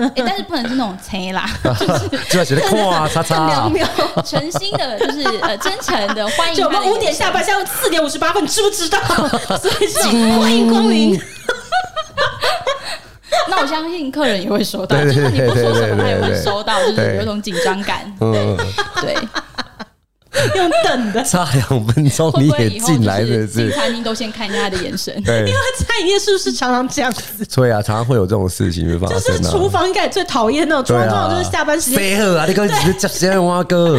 Speaker 3: 哎、但是不能是那种催 啦，
Speaker 2: 嗯 就要写的哇叉叉
Speaker 1: 两，秒。
Speaker 3: 诚心的，就是呃真诚的欢迎。
Speaker 1: 就我们五点下班，，现在四点五十八分，你知不知道？所以是欢迎光临。
Speaker 3: 那我相信客人也会收到，
Speaker 2: 对
Speaker 3: 就
Speaker 2: 对
Speaker 3: 是你不
Speaker 2: 对
Speaker 3: 说
Speaker 2: 对
Speaker 3: 什么，他也
Speaker 2: 对
Speaker 3: 会
Speaker 2: 对
Speaker 3: 收到，就是
Speaker 2: 对
Speaker 3: 有一种紧张感。
Speaker 2: 嗯，
Speaker 3: 对，
Speaker 1: 用等的，
Speaker 2: 差两分钟
Speaker 3: 会
Speaker 2: 你
Speaker 3: 不会
Speaker 2: 也
Speaker 3: 以后
Speaker 2: 进来
Speaker 3: 就是
Speaker 2: 的
Speaker 3: 进
Speaker 2: 是，
Speaker 3: 餐厅都先看一下他的眼神？
Speaker 2: 对，
Speaker 1: 餐饮业是不是常常这样子？
Speaker 2: 所以啊，常常会有这种事情会发
Speaker 1: 就是
Speaker 2: 生啊。
Speaker 1: 厨房应该也最讨厌那种，厨房
Speaker 2: 对啊，
Speaker 1: 通常就是下班时间。
Speaker 2: 飞鹤啊，你刚直接叫先挖哥。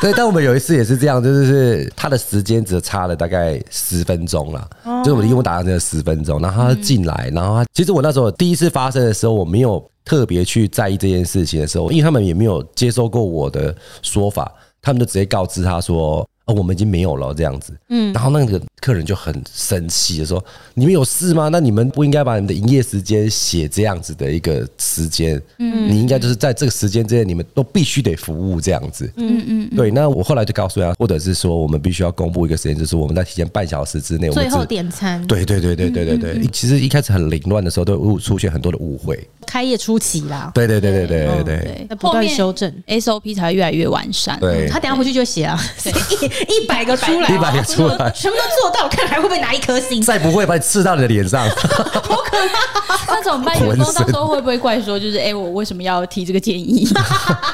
Speaker 2: 对，但我们有一次也是这样，就是他的时间只差了大概十分钟啦，就是我们一共打算只有十分钟，然后他进来，然后他其实我那时候第一次发生的时候，我没有特别去在意这件事情的时候，因为他们也没有接收过我的说法，他们就直接告知他说。哦，我们已经没有了这样子，嗯，然后那个客人就很生气的说：“你们有事吗？那你们不应该把你们的营业时间写这样子的一个时间，嗯，你应该就是在这个时间之内，你们都必须得服务这样子，
Speaker 3: 嗯嗯，
Speaker 2: 对，那我后来就告诉他，或者是说我们必须要公布一个时间，就是我们在提前半小时之内，我们
Speaker 1: 最后
Speaker 2: 只
Speaker 1: 点餐，
Speaker 2: 对对对对对对对，其实一开始很凌乱的时候，都会出现很多的误会。
Speaker 1: 开业初期啦，
Speaker 2: 对对对对对对对
Speaker 3: 对
Speaker 1: 那，不断修正。
Speaker 3: SOP 才会越来越完善。
Speaker 2: 对
Speaker 1: 哦他等一下回去就写啊，一一百个出来，啊
Speaker 2: 一百个出来
Speaker 1: 我 说全部都做到，看还会不会拿一颗星？
Speaker 2: 再不会把你刺到你的脸上。
Speaker 3: 那怎么办？
Speaker 2: 浑
Speaker 3: 员
Speaker 2: 身
Speaker 3: 工到时候会不会怪说，就是哎、我为什么要提这个建议？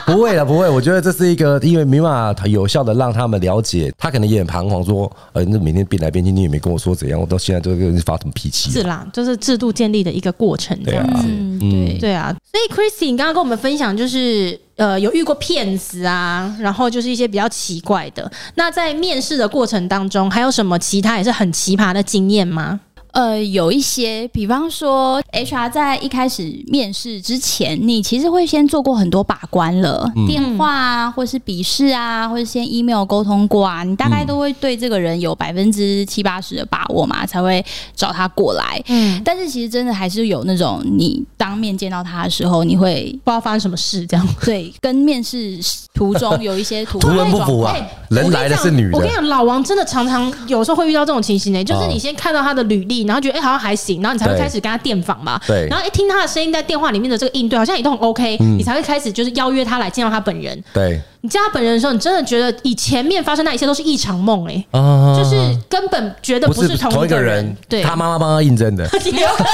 Speaker 2: 不会了，不会。我觉得这是一个，因为没办法有效的让他们了解，他可能也很彷徨，说，呃，那每天变来变去，你也没跟我说怎样，我到现在都跟你发什么脾气
Speaker 1: 是？啦，就是制度建立的一个过程，这
Speaker 2: 对
Speaker 1: 样
Speaker 2: 啊
Speaker 1: 子。，
Speaker 3: 嗯， 对。
Speaker 1: 对啊，所以 Christy，你刚刚跟我们分享就是呃有遇过骗子啊，然后就是一些比较奇怪的。那在面试的过程当中，还有什么其他也是很奇葩的经验吗？
Speaker 3: 呃，有一些，比方说 HR 在一开始面试之前，你其实会先做过很多把关了，
Speaker 2: 嗯
Speaker 3: 电话啊，或是笔试啊，或是先 email 沟通过啊，你大概都会对这个人有百分之七八十的把握嘛，才会找他过来。
Speaker 1: 嗯，
Speaker 3: 但是其实真的还是有那种，你当面见到他的时候，你会
Speaker 1: 不知道发生什么事这样。
Speaker 3: 对跟面试途中有一些图
Speaker 2: 图文不符啊
Speaker 1: 哎，
Speaker 2: 人来的是女
Speaker 1: 我
Speaker 2: 的哦
Speaker 1: 跟你，讲，老王真的常常有时候会遇到这种情形呢、欸就是你先看到他的履历，然后觉得哎、好像还行，然后你才会
Speaker 2: 对
Speaker 1: 开始跟他电访嘛。
Speaker 2: 对嗯
Speaker 1: 然后一听他的声音在电话里面的这个应对，好像也都很 OK，、你才会开始就是邀约他来见到他本人。
Speaker 2: 对
Speaker 1: 你见到他本人的时候，你真的觉得以前面发生那一切都是一场梦哎、
Speaker 2: 啊
Speaker 1: 就是根本觉得
Speaker 2: 不
Speaker 1: 不
Speaker 2: 是
Speaker 1: 是
Speaker 2: 同
Speaker 1: 同
Speaker 2: 一
Speaker 1: 一
Speaker 2: 个
Speaker 1: 个
Speaker 2: 人
Speaker 1: 人，，对，
Speaker 2: 他妈妈帮他应征 的，
Speaker 1: 也有可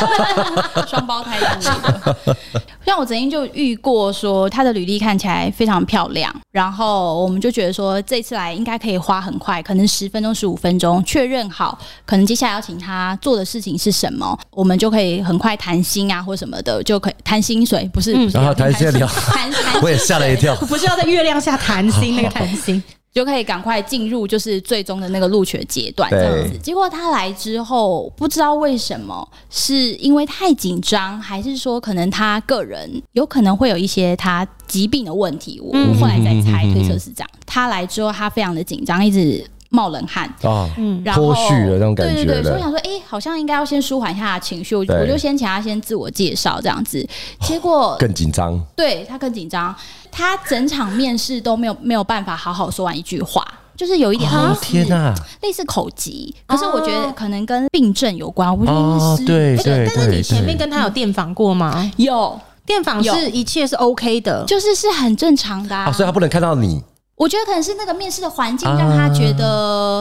Speaker 1: 能
Speaker 3: 双胞胎之类的。像我曾经就遇过说她的履历看起来非常漂亮，然后我们就觉得说这次来应该可以花很快，可能十分钟、十五分钟确认好，可能接下来要请她做的事情是什么，我们就可以很快谈薪啊或什么的，就可以谈薪水，不是？不是
Speaker 2: 嗯然后谈薪
Speaker 3: 薪
Speaker 2: 水
Speaker 3: 谈谈薪 水
Speaker 2: 我也吓了一跳。
Speaker 1: 不是要在月亮下谈心那个谈心，
Speaker 3: 就可以赶快进入就是最终的那个录取的阶段这样子。结果他来之后，不知道为什么，是因为太紧张，还是说可能他个人有可能会有一些他疾病的问题？我我后来再猜推测是这样。他来之后，他非常的紧张，一直冒冷汗。
Speaker 2: 哦，
Speaker 3: 然后
Speaker 2: 脱序了那种感觉
Speaker 3: 对对对，所以
Speaker 2: 了
Speaker 3: 我想说，哎、好像应该要先舒缓一下情绪，我就
Speaker 2: 对
Speaker 3: 我就先请他先自我介绍这样子。结果
Speaker 2: 更紧张，
Speaker 3: 对他更紧张，他整场面试都没有没有办法好好说完一句话，就是有一点类
Speaker 1: 啊
Speaker 2: 哦
Speaker 3: 似、
Speaker 2: 天哪，
Speaker 3: 类似口疾，可是我觉
Speaker 1: 哦
Speaker 3: 得可能跟病症有关，我觉得
Speaker 2: 哦
Speaker 3: 是、，
Speaker 2: 对对
Speaker 1: 但是你
Speaker 2: 对
Speaker 1: 前面
Speaker 2: 对，
Speaker 1: 跟他有电访过吗？
Speaker 3: 有，
Speaker 1: 电访
Speaker 3: 有
Speaker 1: 是一切是 OK 的，
Speaker 3: 就是是很正常的、啊
Speaker 2: 啊，所以他不能看到你，
Speaker 3: 我觉得可能是那个面试的环境让他觉得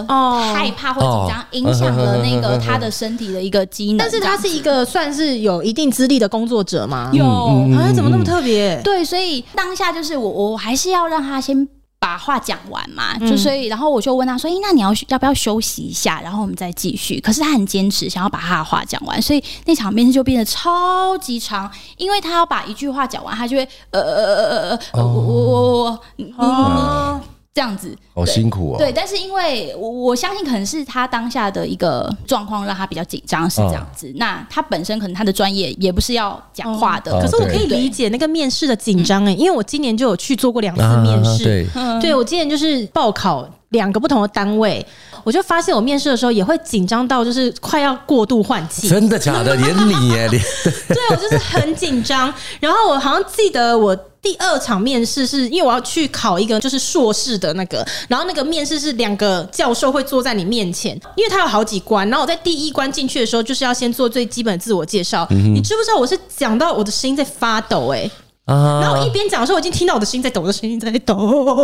Speaker 1: 哦
Speaker 3: 害怕或紧张
Speaker 2: 哦，
Speaker 3: 影响了那个
Speaker 2: 嗯嗯嗯嗯嗯
Speaker 3: 他的身体的一个机能。
Speaker 1: 但是他是一个算是有一定资历的工作者吗？
Speaker 3: 有
Speaker 2: 嗯
Speaker 1: 啊，怎么那么特别？
Speaker 3: 对，所以当下就是我，我还是要让他先把话讲完嘛，就所以，然后我就问他说：“诶，那你要要不要休息一下，然后我们再继续？”可是他很坚持，想要把他的话讲完，所以那场面试就变得超级长，因为他要把一句话讲完，他就会呃呃呃呃呃呃，我我我我你你你这样子。
Speaker 2: 好辛苦哦，
Speaker 3: 对，但是因为我我相信可能是他当下的一个状况让他比较紧张，是这样子。那他本身可能他的专业也不是要讲话的，
Speaker 2: 哦嗯
Speaker 1: 可是我可以
Speaker 3: 对
Speaker 1: 理解那个面试的紧张哎，因为我今年就有去做过两次
Speaker 2: 啊，
Speaker 1: 面试，
Speaker 2: 对，
Speaker 1: 对我今年就是报考两个不同的单位，我就发现我面试的时候也会紧张到就是快要过度换气，
Speaker 2: 真的假的？连你耶， 连
Speaker 1: 对啊我就是很紧张。然后我好像记得我第二场面试是因为我要去考一个就是硕士的那个，然后那个面试是两个教授会坐在你面前，因为他有好几关。然后我在第一关进去的时候，就是要先做最基本的自我介绍。你知不知道我是讲到我的声音在发抖、欸？然后我
Speaker 2: 啊
Speaker 1: 一，边讲的时候，我已经听到我的声音在抖，我的声音在抖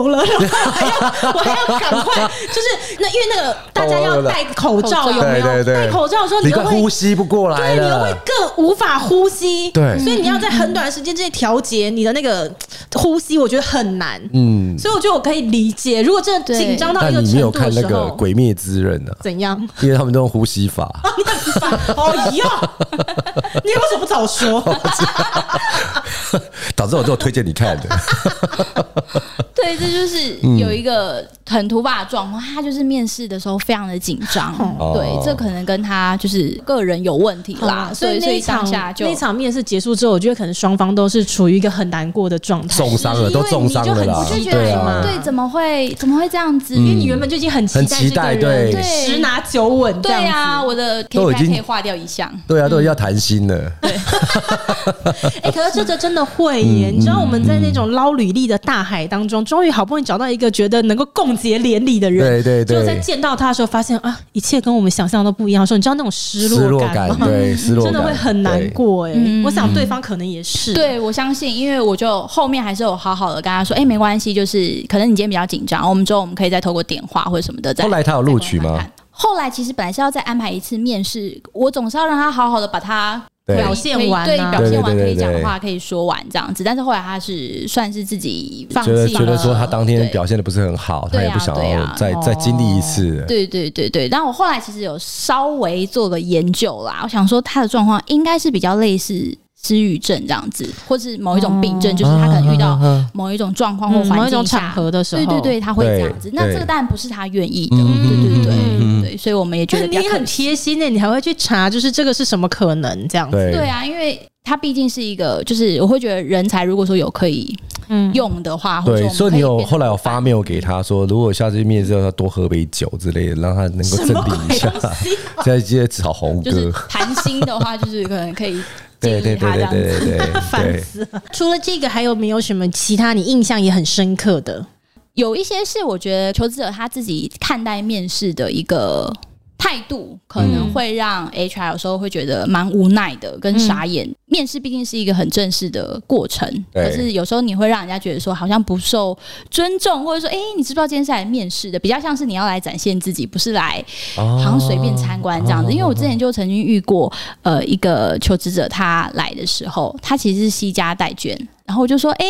Speaker 1: 了，然后 还要我还要赶快，就是那因为那个大家要戴口罩，
Speaker 3: 口罩
Speaker 1: 有没
Speaker 2: 对
Speaker 1: 有？
Speaker 2: 对对，
Speaker 1: 戴口罩的时候，
Speaker 2: 你
Speaker 1: 又
Speaker 2: 快
Speaker 1: 会
Speaker 2: 呼吸不过来
Speaker 1: 对，你又会
Speaker 2: 了，
Speaker 1: 更无法呼吸。
Speaker 2: 对
Speaker 1: 所以你要在很短的时间之内调节你的那个呃呼吸，我觉得很难。
Speaker 2: 嗯，
Speaker 1: 所以我觉得我可以理解，如果真的
Speaker 3: 对
Speaker 1: 紧张到
Speaker 2: 但
Speaker 1: 一个
Speaker 2: 你没有
Speaker 1: 程度
Speaker 2: 看
Speaker 1: 的
Speaker 2: 那
Speaker 1: 时
Speaker 2: 个
Speaker 1: 候
Speaker 2: 《鬼灭之刃》呢，
Speaker 1: 怎样？
Speaker 2: 因为他们都用呼吸法，
Speaker 1: 你很烦，哦哟， 你为什么不早说？
Speaker 2: 导致我都有推荐你看的。
Speaker 3: 对，这就是
Speaker 2: 嗯
Speaker 3: 有一个很突发的状况，他就是面试的时候非常的紧张，
Speaker 2: 哦
Speaker 3: 对，这可能跟他就是个人有问题
Speaker 1: 好
Speaker 3: 啦
Speaker 1: 啦，
Speaker 3: 所
Speaker 1: 哦所
Speaker 3: 以
Speaker 1: 以
Speaker 3: 所
Speaker 1: 那
Speaker 3: 以
Speaker 1: 一
Speaker 3: 当
Speaker 1: 场
Speaker 3: 下就
Speaker 1: 那一场面试结束之后，我觉得可能双方都是处于一个很难过的状态，
Speaker 2: 重伤了，
Speaker 1: 因为
Speaker 2: 都重伤了啦
Speaker 1: 你就
Speaker 3: 就
Speaker 1: 很
Speaker 3: 觉
Speaker 1: 期
Speaker 3: 得
Speaker 2: 对
Speaker 1: 待
Speaker 2: 啊嗯
Speaker 1: 嘛，
Speaker 3: 对，怎么会怎么会这样子？
Speaker 1: 因为你原本就已经很期
Speaker 2: 很
Speaker 1: 待
Speaker 2: 期
Speaker 1: 这个
Speaker 2: 待
Speaker 1: 人
Speaker 2: 对
Speaker 1: 十拿九稳这
Speaker 3: 对
Speaker 1: 样子。
Speaker 3: 啊，我的 K
Speaker 2: 都
Speaker 3: P
Speaker 2: 已
Speaker 3: I
Speaker 2: 经
Speaker 3: 可以划掉一项，
Speaker 2: 对啊，都要谈心了。
Speaker 1: 哎、
Speaker 2: 呃
Speaker 1: 可是这个真的会
Speaker 2: 嗯
Speaker 1: 耶！你知道我们在那种捞履历的大海当中，终于好不容易找到一个觉得能够共结连理的人，
Speaker 2: 对对
Speaker 1: 就在
Speaker 2: 对，
Speaker 1: 见到他的时候，发现啊，一切跟我们想象都不一样的时候，你知道那种失
Speaker 2: 失落
Speaker 1: 感
Speaker 2: 感
Speaker 1: 吗？，
Speaker 2: 对失落
Speaker 1: 真
Speaker 2: 感，
Speaker 1: 的会很难过哎、我想对方可能也是，
Speaker 3: 对我相信，因为我就后面还是有好好的跟他说，哎，没关系，就是可能你今天比较紧张，我们之后我们可以再透过电话或者什么的再
Speaker 2: 对。后来他有录取
Speaker 3: 再慢慢
Speaker 2: 吗
Speaker 3: 看？？后来其实本来是要再安排一次面试，我总是要让他好好的把他
Speaker 2: 对
Speaker 1: 表现完啊
Speaker 3: 对表现
Speaker 2: 对对
Speaker 3: 完
Speaker 2: 对
Speaker 3: 可以讲
Speaker 2: 对
Speaker 3: 话，可以说完这样子。但是后来他是算是自己放
Speaker 2: 觉得
Speaker 3: 弃了，
Speaker 2: 觉得说他当天
Speaker 3: 对
Speaker 2: 表现的不是很好，他
Speaker 3: 对啊
Speaker 2: 也不想
Speaker 3: 对
Speaker 2: 要
Speaker 3: 啊
Speaker 2: 再
Speaker 1: 哦
Speaker 2: 再经历一次。
Speaker 3: 对对对对，但我后来其实有稍微做个研究啦，我想说他的状况应该是比较类似失语症这样子，或是某一种病
Speaker 2: 嗯
Speaker 3: 症，就是他可能遇
Speaker 2: 啊
Speaker 3: 到某一种状况或
Speaker 1: 嗯，某
Speaker 3: 环
Speaker 1: 一
Speaker 3: 境
Speaker 1: 种
Speaker 3: 下
Speaker 1: 场，合的时候，
Speaker 3: 对对对，他会这样子。
Speaker 2: 对
Speaker 3: 那
Speaker 2: 对
Speaker 3: 这个当然不是他愿意的，
Speaker 2: 嗯
Speaker 3: 对对对
Speaker 2: 嗯嗯嗯
Speaker 3: 对对，所以我们也觉
Speaker 1: 那
Speaker 3: 得比较
Speaker 1: 你
Speaker 3: 可
Speaker 1: 很
Speaker 3: 惜
Speaker 1: 贴心呢、你还会去查，就是这个是什么可能这样子。
Speaker 2: 对
Speaker 3: 对啊，因为它毕竟是一个，就是我会觉得人才如果说有可以
Speaker 1: 嗯
Speaker 3: 用的话，或者
Speaker 2: 对，
Speaker 3: 说
Speaker 2: 所
Speaker 3: 哦我
Speaker 2: 以你
Speaker 3: 们可以
Speaker 2: 有
Speaker 3: 变成
Speaker 2: 后来有发 mail 给他说，如果下次面试要多喝杯酒之类的，让他能够
Speaker 1: 什
Speaker 2: 镇
Speaker 1: 么
Speaker 2: 定一
Speaker 1: 鬼
Speaker 2: 下。
Speaker 1: 东西？
Speaker 2: 再接着炒红
Speaker 3: 就是
Speaker 2: 歌，
Speaker 3: 谈心的话，就是可能可 以
Speaker 2: 对
Speaker 3: 建
Speaker 2: 对对
Speaker 3: 议他这
Speaker 2: 对
Speaker 3: 样子。
Speaker 2: 对对
Speaker 1: 烦
Speaker 2: 对
Speaker 1: 死了！除了这个，还有没有什么其他你印象也很深刻的？
Speaker 3: 有一些是我觉得求职者他自己看待面试的一个。态度可能
Speaker 2: 嗯
Speaker 3: 会让 HR 有时候会觉得蛮无奈的，跟傻眼。面试毕竟是一个很正式的过程，
Speaker 2: 嗯对
Speaker 3: 可是有时候你会让人家觉得说好像不受尊重，或者说，哎、你知不知道今天是来面试的？比较像是你要来展现自己，不是来
Speaker 2: 对，
Speaker 3: 好
Speaker 2: 好
Speaker 3: 像随便
Speaker 2: 哦
Speaker 3: 参观这样子。因为我之前就曾经遇过，呃，一个求职者他来的时候，他其实是西家带卷，然后我就说，哎、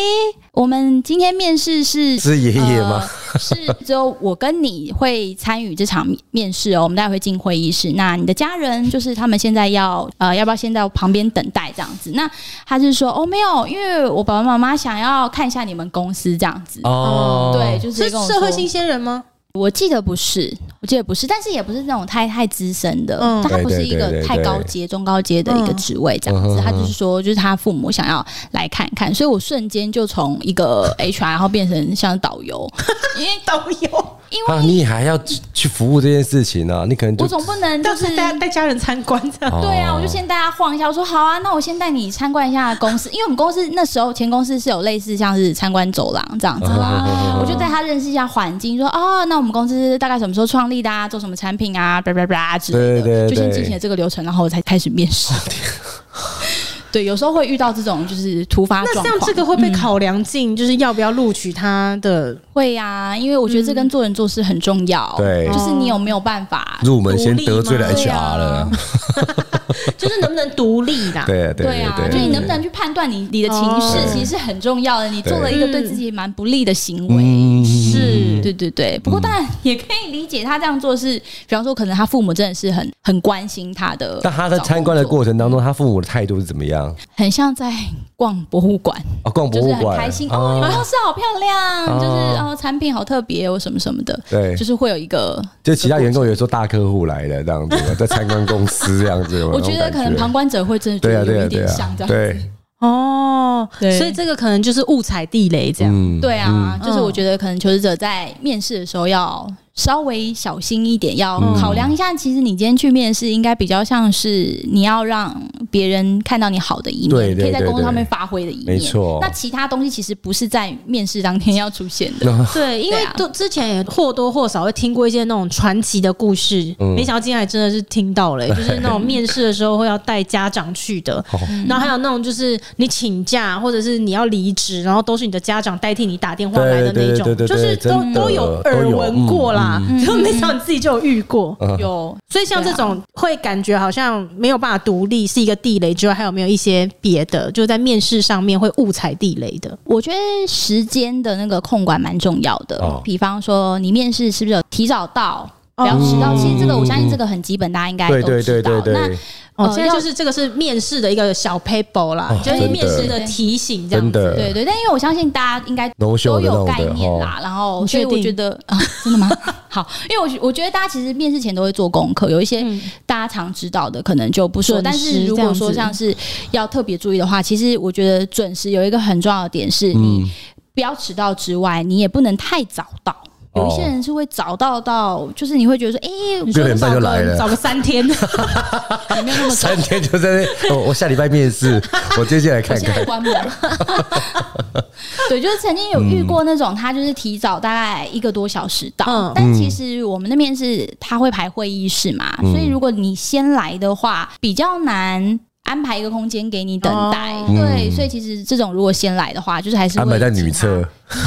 Speaker 3: 我们今天面试是呃
Speaker 2: 是爷爷吗？
Speaker 3: 是只有我跟你会参与这场面试哦，我们待会会进会议室。那你的家人就是他们现在要呃，要不要先在旁边等待这样子？那他是说哦没有，因为我爸爸妈妈想要看一下你们公司这样子。
Speaker 2: 哦，
Speaker 3: 呃对，就直接
Speaker 1: 是
Speaker 3: 跟我
Speaker 1: 社会
Speaker 3: 说
Speaker 1: 新鲜人吗？
Speaker 3: 我记得不是，我记得不是，但是也不是那种太太资深的，
Speaker 1: 嗯
Speaker 3: 但他不是一
Speaker 2: 对对对
Speaker 3: 个
Speaker 2: 对
Speaker 3: 太高阶、中高阶的一个职位这样
Speaker 2: 嗯
Speaker 3: 子。
Speaker 2: 嗯
Speaker 3: 他就是说，就是他父母想要来看看，所以我瞬间就从一个 HR，然后变成像导游，因为
Speaker 1: 导游，
Speaker 2: 啊，你还要去去服务这件事情啊？你可能就
Speaker 3: 我总不能就
Speaker 1: 但
Speaker 3: 是
Speaker 1: 是带带家人参观这样。
Speaker 3: 对啊，
Speaker 2: 哦
Speaker 3: 我就先带他晃一下。我说好啊，那我先带你参观一下公司，因为我们公司那时候前公司是有类似像是参观走廊这样子啦，啊 我就带他认识一下环境，说哦，那我们公司大概什么时候创立的啊，做什么产品啊，叭叭叭之类
Speaker 2: 对
Speaker 3: 的，
Speaker 2: 对对啊
Speaker 3: 就先进行了这个流程，然后我才开始 面试。对，有时候会遇到这种就是突发
Speaker 1: 那
Speaker 3: 状
Speaker 1: 像
Speaker 3: 况，
Speaker 1: 这个会
Speaker 2: 嗯
Speaker 1: 被考量进，就是要不要录取他 的
Speaker 3: 会呀、啊，因为我觉得这
Speaker 1: 嗯
Speaker 3: 跟做人做事很重要，
Speaker 2: 对
Speaker 3: 就是你有没有办法
Speaker 2: 入门先得罪
Speaker 1: 独
Speaker 2: 了
Speaker 1: 立
Speaker 2: HR
Speaker 3: 吗
Speaker 2: 了，
Speaker 1: 就是能不能独立啦？
Speaker 2: 对啊对
Speaker 3: 对啊，
Speaker 2: 对，
Speaker 3: 就你
Speaker 2: 对
Speaker 3: 能不能去判断你你的情绪
Speaker 1: 哦，嗯
Speaker 3: 其实是很重要的。你做了一个对自己蛮不利的行为，
Speaker 2: 嗯，
Speaker 1: 是
Speaker 3: 对对对。不过当然也可以理解他这样做是，比方说可能他父母真的是很很关心他的。
Speaker 2: 那他在参观的过程当中，他父母的态度是怎么样？
Speaker 3: 很像在逛博物馆，
Speaker 2: 啊，逛博
Speaker 3: 就是
Speaker 2: 物
Speaker 3: 很
Speaker 2: 馆，
Speaker 3: 开心哦，你们
Speaker 2: 啊，
Speaker 3: 公司好漂亮，
Speaker 2: 哦
Speaker 3: 就是哦产品好特别哦，什么什么的，
Speaker 2: 对
Speaker 3: 就是会有一个。
Speaker 2: 就其他员工有时候大客户来了这样子，在参观公司这样子，有没有
Speaker 3: 我觉
Speaker 2: 那
Speaker 3: 得
Speaker 2: 种
Speaker 3: 可能
Speaker 2: 感
Speaker 3: 旁观者会真的觉
Speaker 2: 对啊
Speaker 3: 得
Speaker 2: 对
Speaker 3: 有
Speaker 2: 啊
Speaker 3: 一
Speaker 2: 对
Speaker 3: 点像
Speaker 2: 啊
Speaker 3: 这，样子。
Speaker 2: 对，
Speaker 1: 哦，
Speaker 3: 对
Speaker 1: 所以这个可能就是误踩地雷这样。
Speaker 2: 嗯，
Speaker 3: 对啊，
Speaker 1: 嗯
Speaker 3: 就是我觉得可能求职者在面试的时候要稍微小心一点，要考量一下。其实你今天去面试，应该比较像是你要让别人看到你好的一面，
Speaker 2: 对对
Speaker 3: 可以在
Speaker 2: 对
Speaker 3: 工作上
Speaker 2: 对
Speaker 3: 面发挥的一
Speaker 2: 没
Speaker 3: 面。
Speaker 2: 错
Speaker 3: 那其他东西其实不是在面试当天要出现 的。
Speaker 1: 对，因为
Speaker 3: 对啊
Speaker 1: 都之前也或多或少会听过一些那种传奇的故事，
Speaker 2: 嗯
Speaker 1: 没想到今天还真的是听到 了、欸就是那种面试的时候会要带家长去的，
Speaker 2: 哦
Speaker 1: 然后还有那种就是你请假或者是你要离职，然后都是你的家长代替你打电话来的那种
Speaker 2: 对对对对，对
Speaker 1: 就是都
Speaker 2: 真的
Speaker 1: 都有耳闻过啦，
Speaker 3: 嗯
Speaker 1: 就 没想到你自己就有遇过。
Speaker 3: 有，
Speaker 1: 所以像这
Speaker 3: 对啊
Speaker 1: 种会感觉好像没有办法独立是一个地雷之外，还有没有一些别的，就是在面试上面会误踩地雷的？
Speaker 3: 我觉得时间的那个控管蛮重要的。
Speaker 2: 哦
Speaker 3: 比方说，你面试是不是有提早到？不要迟到，其实这个我相信这个很基本，大家应该都
Speaker 2: 对
Speaker 3: 知道。
Speaker 2: 嗯对对对
Speaker 3: 那
Speaker 2: 对，
Speaker 1: 哦，
Speaker 3: 呃
Speaker 1: 现在
Speaker 3: 要
Speaker 1: 就是这个是面试的一个小 paper 啦，
Speaker 2: 哦
Speaker 1: 就是
Speaker 2: 真的
Speaker 1: 面试的提醒这样
Speaker 2: 真
Speaker 1: 子。
Speaker 2: 的
Speaker 3: 对对，但因为我相信大家应该
Speaker 2: no
Speaker 3: 都
Speaker 2: show 的那
Speaker 3: 有
Speaker 2: 种
Speaker 3: 概
Speaker 2: 的
Speaker 3: 念
Speaker 2: 哦，
Speaker 3: 啦，然后
Speaker 1: 你
Speaker 3: 所以
Speaker 1: 确定
Speaker 3: 我觉得啊， 真的吗？好，因为我觉我觉得大家其实面试前都会做功课，有一些
Speaker 1: 嗯
Speaker 3: 大家常知道的可能就不说，
Speaker 1: 准
Speaker 3: 但
Speaker 1: 时
Speaker 3: 是如
Speaker 1: 这样
Speaker 3: 果说
Speaker 1: 子
Speaker 3: 像是要特别注意的话，其实我觉得准时有一个很重要的点是
Speaker 2: 嗯
Speaker 3: 你不要迟到之外，你也不能太早到。有一些
Speaker 2: 哦
Speaker 3: 人是会早到到，就是你会觉得说，哎、
Speaker 1: 你
Speaker 2: 六点半
Speaker 1: 找
Speaker 2: 就来
Speaker 1: 个
Speaker 2: 了
Speaker 1: 找个三天，
Speaker 3: 你没有那么 早
Speaker 2: 三，天就在那，我我下礼拜面试， 我接下来
Speaker 3: 我
Speaker 2: 看
Speaker 3: 现在
Speaker 2: 看，
Speaker 3: 关门。 对，就是曾经有遇过那种，他就是提早大概一个多小时到，
Speaker 1: 嗯
Speaker 3: 但其实我们那边是他会排会议室嘛，
Speaker 2: 嗯
Speaker 3: 所以如果你先来的话，比较难。安排一个空间给你等待，
Speaker 1: 哦
Speaker 3: 对，
Speaker 2: 嗯
Speaker 3: 所以其实这种如果先来的话，就是还是会
Speaker 2: 安排啊在女
Speaker 3: 请
Speaker 2: 厕，
Speaker 3: 他，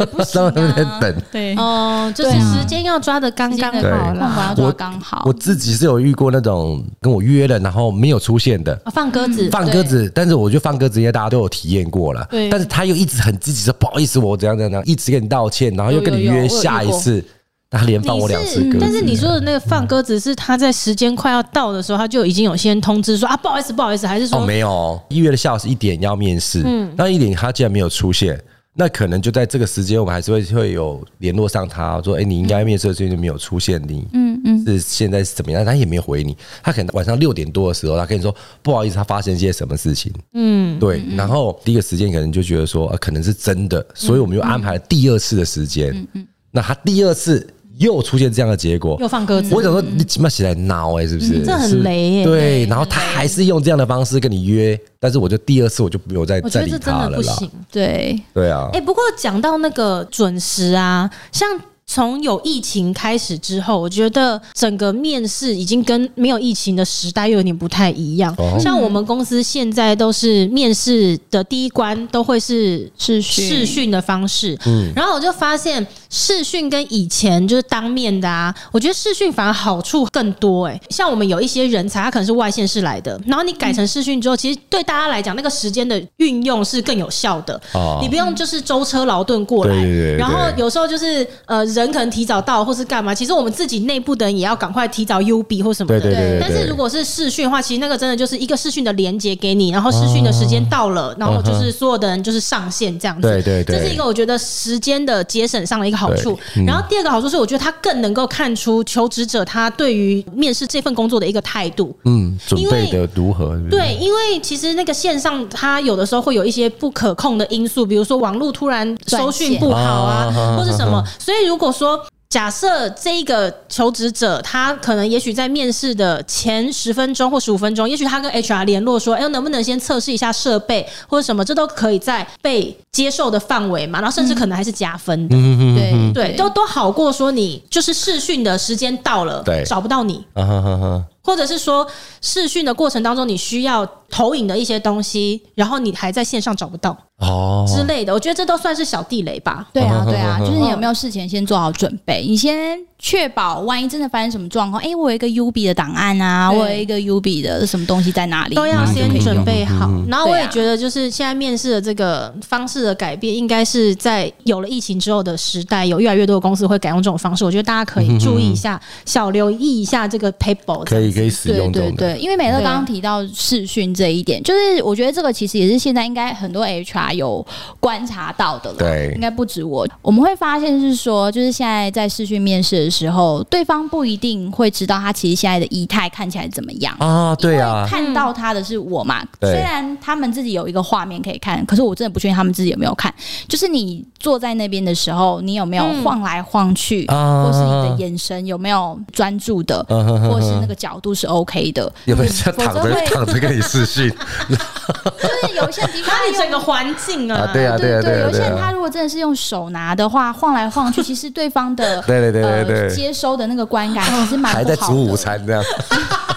Speaker 3: 也不行
Speaker 2: 让他 们在
Speaker 3: 啊，
Speaker 2: 等。
Speaker 3: 对，
Speaker 1: 哦，就是
Speaker 3: 对啊
Speaker 1: 时间要抓的刚刚
Speaker 3: 时间的
Speaker 1: 好
Speaker 3: 控管
Speaker 1: 啦。
Speaker 3: 要抓刚好
Speaker 2: 我。自己是有遇过那种跟我约了，然后没有出现的。
Speaker 1: 啊放鸽
Speaker 3: 嗯
Speaker 1: 子，
Speaker 2: 放鸽子，但是我觉得放鸽子应该大家都有体验过了。
Speaker 1: 对
Speaker 2: 但是他又一直很积极说不好意思，我怎样怎样怎样，一直跟你道歉，然后又跟你
Speaker 3: 有有有
Speaker 2: 约
Speaker 3: 我有遇
Speaker 2: 下一
Speaker 3: 过嗯
Speaker 2: 次，他连放我两次鸽
Speaker 1: 你
Speaker 2: 子
Speaker 1: 是，。但是你说的那个放鸽子是他在时间快要到的时候，他就已经有先通知说啊，不好意思，不好意思，还是
Speaker 2: 哦，
Speaker 1: 说
Speaker 2: 没有，一月的下午是一点要面试，嗯，那一点他竟然没有出现，那可能就在这个时间，我们还是会会有联络上他，说，哎、你应该面试的时间就没有出现，你嗯嗯，是现在是怎么样？他也没有回你，他可能晚上六点多的时候，他跟你说不好意思，他发生一些什么事情，嗯，对，然后第一个时间可能就觉得说，啊，可能是真的，所以我们又安排了第二次的时间，嗯嗯，那他第二次又出现这样的结果，
Speaker 1: 又放鸽子
Speaker 2: 我？想说，你起码起来闹哎，是不是？
Speaker 1: 嗯这很
Speaker 2: 是不是
Speaker 1: 雷耶
Speaker 2: 对，然后他还是用这样的方式跟你约，但是我就第二次我就没有再
Speaker 1: 我觉
Speaker 2: 再
Speaker 1: 得
Speaker 2: 理
Speaker 1: 这真
Speaker 2: 他
Speaker 1: 的
Speaker 2: 了
Speaker 1: 不
Speaker 2: 啦。
Speaker 1: 行。
Speaker 3: 对，
Speaker 2: 对啊
Speaker 1: 哎、，不过讲到那个准时啊，像。从有疫情开始之后，我觉得整个面试已经跟没有疫情的时代又有点不太一样。
Speaker 2: 哦
Speaker 1: 像我们公司现在都是面试的第一关都会是
Speaker 3: 是
Speaker 1: 视
Speaker 3: 是
Speaker 1: 讯的方式，
Speaker 2: 嗯
Speaker 1: 然后我就发现视讯跟以前就是当面的啊，我觉得视讯反而好处更多哎、像我们有一些人才，他可能是外县市来的，然后你改成视讯之后，其实对大家来讲，那个时间的运用是更有效的。
Speaker 2: 哦
Speaker 1: 你不用就是舟车劳顿过来，
Speaker 2: 对对对对
Speaker 1: 然后有时候就是呃人可能提早到或是干嘛，其实我们自己内部的人也要赶快提早 U B 或什么的。
Speaker 2: 对对对对
Speaker 1: 但是
Speaker 2: 对
Speaker 1: 如果是视讯的话，其实那个真的就是一个视讯的连接给你，然后视讯的时间到了，然后就是所有的人就是上线这样子。
Speaker 2: 啊对对对嗯
Speaker 1: 这是一个我觉得时间的节省上的一个好处。然后第二个好处是，我觉得他更能够看出求职者他对于面试这份工作的一个态度。
Speaker 2: 嗯，准
Speaker 1: 因为
Speaker 2: 备的如何？是不是，
Speaker 1: 对，因为其实那个线上，它有的时候会有一些不可控的因素，比如说网络突然搜讯不好
Speaker 2: 断线
Speaker 1: 啊，
Speaker 2: 啊
Speaker 1: 或是什么。所以如果说假设这一个求职者，他可能也许在面试的前十分钟或十五分钟，也许他跟 HR 联络说，哎、能不能先测试一下设备或者什么，这都可以在被接受的范围嘛，然后甚至可能还是加
Speaker 2: 嗯
Speaker 1: 分的。
Speaker 3: 对
Speaker 1: 对，都都好过说你就是试训的时间到了，
Speaker 2: 对
Speaker 1: 找不到你，
Speaker 2: 啊哈哈哈，
Speaker 1: 或者是说试训的过程当中，你需要投影的一些东西，然后你还在线上找不到
Speaker 2: 哦，
Speaker 1: 之类的，我觉得这都算是小地雷吧。
Speaker 3: 对啊，对啊，就是你有没有事前先做好准备？你先确保，万一真的发生什么状况，哎、我有一个 UB 的档案啊，
Speaker 1: 对
Speaker 3: 我有一个 UB 的什么东西在
Speaker 2: 嗯
Speaker 3: 哪里，
Speaker 1: 都要
Speaker 3: 然后就
Speaker 1: 先
Speaker 3: 可以
Speaker 1: 准
Speaker 3: 用
Speaker 1: 备好，然后我
Speaker 3: 对啊
Speaker 1: 也觉得，就是现在面试的这个方式的改变，应该是在有了疫情之后的时代，有越来越多的公司会改用这种方式。我觉得大家可以注意一下，小留意一下这个 paper。
Speaker 2: 嗯可以可以使
Speaker 3: 对
Speaker 2: 用这
Speaker 3: 对
Speaker 2: 种的，
Speaker 3: 对，因为美乐刚刚提到视讯这一点，就是我觉得这个其实也是现在应该很多 HR 有观察到的了，
Speaker 2: 对
Speaker 3: 应该不止我。我们会发现是说，就是现在在视讯面试的时候，对方不一定会知道他其实现在的仪态看起来怎么样。
Speaker 2: 啊，对啊，
Speaker 3: 看到他的是我嘛？
Speaker 2: 对
Speaker 3: 虽然他们自己有一个画面可以看，可是我真的不确定他们自己有没有看。就是你坐在那边的时候，你有没有
Speaker 1: 嗯
Speaker 3: 晃来晃去，
Speaker 2: 啊
Speaker 3: 或是你的眼神有没有专注的，
Speaker 2: 嗯哼哼
Speaker 3: 或是那个角度是 OK 的？
Speaker 2: 有没有像
Speaker 3: 否则
Speaker 2: 躺着
Speaker 3: 会
Speaker 2: 躺着跟你视 讯
Speaker 3: 就是有一些人的确
Speaker 1: 那
Speaker 3: 他
Speaker 1: 你整
Speaker 3: 用。
Speaker 1: 个环境啊，
Speaker 2: 啊？对 啊，对啊，
Speaker 3: 对
Speaker 2: 对啊，
Speaker 3: 有一些
Speaker 2: 对
Speaker 3: 人他
Speaker 2: 啊，
Speaker 3: 如果真的是用手拿的话，晃来 晃去，其实对方的
Speaker 2: 对对对对
Speaker 3: 呃、
Speaker 2: 对
Speaker 3: 接收的那个观感其实蛮
Speaker 2: 还
Speaker 3: 不
Speaker 2: 在
Speaker 3: 好
Speaker 2: 煮
Speaker 3: 的。
Speaker 2: 午餐这样，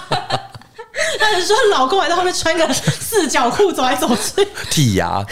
Speaker 1: 那你说老公还在后面穿个四角裤走来走去，
Speaker 2: 剔牙，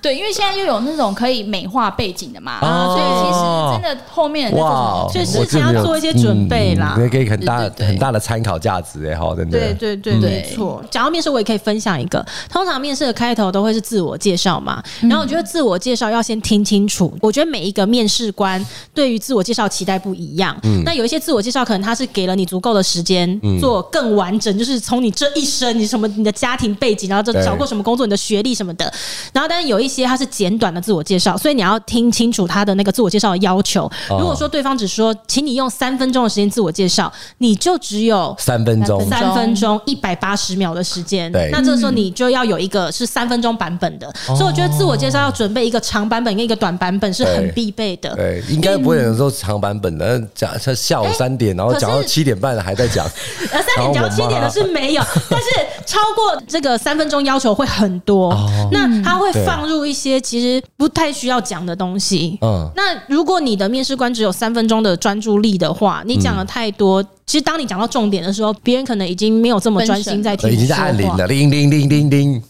Speaker 3: 对，因为现在又有那种可以美化背景的嘛，
Speaker 2: 哦
Speaker 3: 所以其实真的后面的那
Speaker 2: 哇
Speaker 3: 种
Speaker 2: 哦，
Speaker 1: 所以
Speaker 2: 我
Speaker 1: 事
Speaker 2: 真
Speaker 1: 前
Speaker 2: 的
Speaker 1: 要做一些准备啦。
Speaker 2: 嗯那可以很大
Speaker 3: 对对对
Speaker 2: 很大的参考价值哎，好，真的，
Speaker 1: 对对对，没错。讲到面试，我也可以分享一个。通常面试的开头都会是自我介绍嘛，然后我觉得自我介绍要先听清楚。我觉得每一个面试官对于自我介绍期待不一样。
Speaker 2: 嗯
Speaker 1: 那有一些自我介绍可能他是给了你足够的时间做更完整，就是从你这一生你什么你的家庭背景，然后这
Speaker 2: 对
Speaker 1: 找过什么工作，你的学历什么的。然后但是有一些他是简短的自我介绍，所以你要听清楚他的那个自我介绍的要求。
Speaker 2: 哦
Speaker 1: 如果说对方只说请你用三分钟的时间自我介绍，你就只有
Speaker 2: 三分钟
Speaker 3: 三分
Speaker 1: 三
Speaker 3: 钟
Speaker 1: 分钟一百八十秒的时间
Speaker 2: 对，哦
Speaker 1: 那这个时候你就要有一个是三分钟版本的，所以我觉得自我介绍要准备一个长版本跟一个短版本是很
Speaker 2: 对
Speaker 1: 必备的。
Speaker 2: 对，应该不会有人说长版本的，讲像下午三点，然后讲到
Speaker 1: 可是
Speaker 2: 七点半还在 讲，
Speaker 1: 呃，三点讲到七点的是没有，但是超过这个三分钟要求会很多，
Speaker 2: 哦
Speaker 1: 那他会放入一些其实不太需要讲的东西。
Speaker 2: 嗯，
Speaker 1: 那如果你的面试官只有三分钟的专注力的话，你讲的太多，其实当你讲到重点的时候，别人可能已经没有这么专心在听
Speaker 2: 已
Speaker 1: 你
Speaker 2: 经
Speaker 1: 说
Speaker 2: 在
Speaker 1: 话
Speaker 2: 按铃了，叮叮叮叮叮，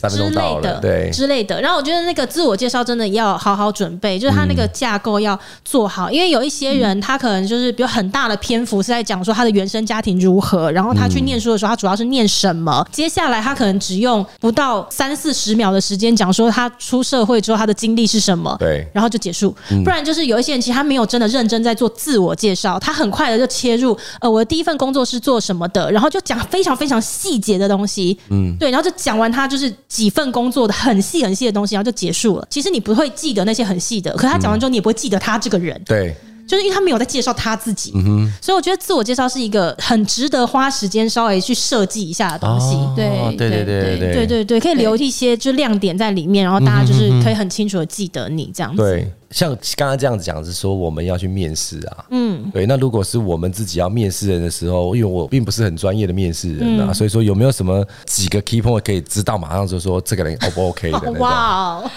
Speaker 2: 三
Speaker 1: 之
Speaker 2: 分钟到
Speaker 1: 类的
Speaker 2: 了，，对，
Speaker 1: 之类的。然后我觉得那个自我介绍真的要好好准备，就是他那个架构要做好，因为有一些人他可能就是比如很大的篇幅是在讲说他的原生家庭如何，然后他去念书的时候他主要是念什么，接下来他可能只用不到三四十秒的时间讲说他出社会之后他的经历是什么，
Speaker 2: 对
Speaker 1: 然后就结束。不然就是有一些人其实他没有真的认真在做自我介绍，他很快的就切入，呃，我的第一份工作是做什么的，然后就讲非常非常细节的东西，嗯，对，然后就讲完他就是几份工作的很细很细的东西，然后就结束了。其实你不会记得那些很细的，可他讲完之后你也不会记得他这个人，
Speaker 2: 对，
Speaker 1: 就是因为他没有在介绍他自己，所以我觉得自我介绍是一个很值得花时间稍微去设计一下的东西。
Speaker 2: 哦对
Speaker 3: 对
Speaker 2: 对对
Speaker 3: 对
Speaker 2: 对
Speaker 1: 对啊对对，嗯可以留一些就亮点在里面，然后大家就是可以很清楚的记得你这样子。
Speaker 2: 对，像刚刚这样子讲是说我们要去面试啊，嗯，对。那如果是我们自己要面试人的时候，因为我并不是很专业的面试人
Speaker 1: 嗯
Speaker 2: 啊，所以说有没 有 什么几个 key point 可以知道马上就说这个人 O 不 OK 的那种？
Speaker 1: 哇哦，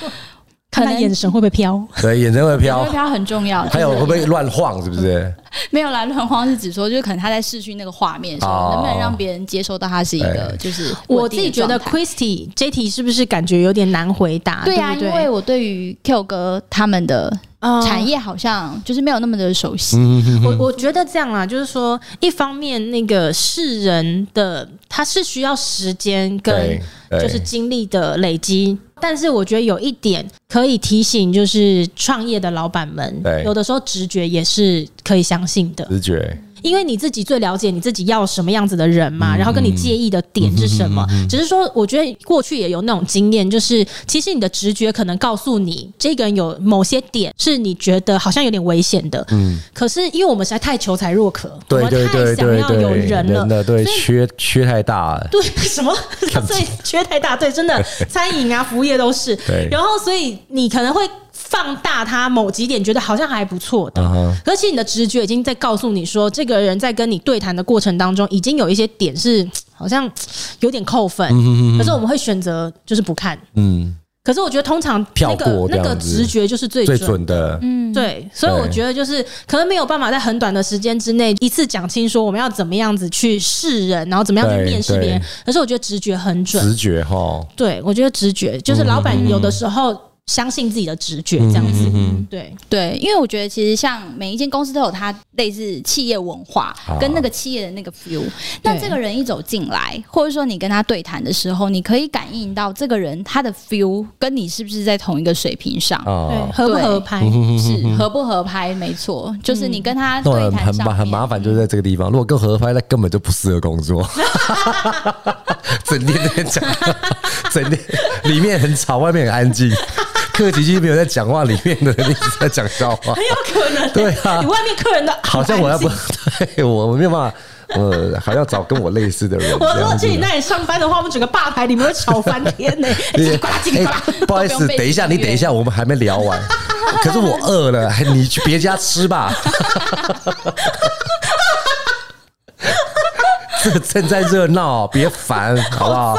Speaker 1: 看他
Speaker 3: 能
Speaker 1: 眼神会不会飘？
Speaker 2: 对，眼神会飘
Speaker 3: 会，飘很重要，
Speaker 2: 还有
Speaker 3: 就是
Speaker 2: 会不会乱晃，是 不是？
Speaker 3: 没有啦？乱慌是指说，就是可能他在视讯那个画面的时候，
Speaker 2: 哦哎
Speaker 3: 能不能让别人接收到他是一个
Speaker 2: 对
Speaker 3: 就是
Speaker 1: 我
Speaker 3: 稳
Speaker 1: 自
Speaker 3: 定的
Speaker 1: 己觉得
Speaker 3: 状态
Speaker 1: Christy 这题是不是感觉有点难回答？对
Speaker 3: 对哦啊，
Speaker 1: 不
Speaker 3: 因为我对于 Q 哥他们的
Speaker 1: 嗯
Speaker 3: 产业好像就是没有那么的熟悉，
Speaker 2: 嗯
Speaker 1: 我我觉得这样啦，就是说，一方面那个世人的他是需要时间跟
Speaker 2: 对，对
Speaker 1: 就是经历的累积，但是我觉得有一点可以提醒，就是创业的老板们
Speaker 2: 对，
Speaker 1: 有的时候直觉也是可以相信的，
Speaker 2: 直觉，
Speaker 1: 因为你自己最了解你自己要什么样子的人
Speaker 2: 嗯
Speaker 1: 嘛，然后跟你介意的点是什么。只是说，我觉得过去也有那种经验，就是其实你的直觉可能告诉你，这个人有某些点是你觉得好像有点危险的。嗯，可是因为我们实在太求财若渴，我
Speaker 2: 对
Speaker 1: 们
Speaker 2: 对
Speaker 1: 太
Speaker 2: 对
Speaker 1: 想
Speaker 2: 对
Speaker 1: 要有
Speaker 2: 对，
Speaker 1: 人了
Speaker 2: 人。的对
Speaker 1: 所以
Speaker 2: 缺缺太大了，
Speaker 1: 对， 什么？所以缺太大，对， 真的，餐饮啊，服务业都是
Speaker 2: 对。
Speaker 1: 然后，所以你可能会放大它某几点，觉得好像还不错的
Speaker 2: 嗯哼，
Speaker 1: 而且你的直觉已经在告诉你说，这个人在跟你对谈的过程当中，已经有一些点是好像有点扣分，可是我们会选择就是不看。
Speaker 2: 嗯，
Speaker 1: 可是我觉得通常那
Speaker 2: 跳
Speaker 1: 个
Speaker 2: 过
Speaker 1: 那
Speaker 2: 这
Speaker 1: 个
Speaker 2: 样子
Speaker 1: 直觉就是最
Speaker 2: 最
Speaker 1: 准嗯
Speaker 2: 准的，
Speaker 1: 对，所以
Speaker 2: 对
Speaker 1: 我觉得就是可能没有办法在很短的时间之内一次讲清说我们要怎么样子去试人，然后怎么样去
Speaker 2: 对
Speaker 1: 面试别人
Speaker 2: 对。
Speaker 1: 可是我觉得直觉很准，嗯
Speaker 2: 直觉哈，
Speaker 1: 对我觉得直觉就是老板有的时候相信自己的直觉这样子。对，
Speaker 3: 对，因为我觉得其实像每一间公司都有它类似企业文化
Speaker 2: 啊
Speaker 3: 跟那个企业的那个 feel。但这个人一走进来，或者说你跟他对谈的时候，你可以感应到这个人他的 feel 跟你是不是在同一个水平上，
Speaker 1: 哦对，
Speaker 2: 啊，
Speaker 1: 合不合 拍？
Speaker 2: 嗯
Speaker 3: 是合不合拍？没错，就是你跟他
Speaker 2: 那种
Speaker 3: 对
Speaker 2: 很
Speaker 3: 谈
Speaker 2: 嗯很
Speaker 3: 上
Speaker 2: 麻
Speaker 3: 面
Speaker 2: 很麻烦，就是在这个地方。如果跟合拍，那根本就不适合工作，整天在讲， 整天里面很吵，外面很安静。客气气没有在讲话，里面的人一直在讲笑话。
Speaker 1: 很有可能、
Speaker 2: 对啊
Speaker 1: 你外面客人的
Speaker 2: 好像我要不
Speaker 1: 安静，
Speaker 2: 对我我没有办法，呃，还要找跟我类似的人。
Speaker 1: 我
Speaker 2: 这
Speaker 1: 如
Speaker 2: 样
Speaker 1: 果
Speaker 2: 子
Speaker 1: 去你那里上班的话，我们整个吧台里面会吵翻天 呢、欸！ 叽里呱啦，叽里呱啦。
Speaker 2: 哎不好意思，等一下，你等一下，我们还没聊 完。可是我饿了，还你去别家吃吧。这正在热闹，别烦，好不好？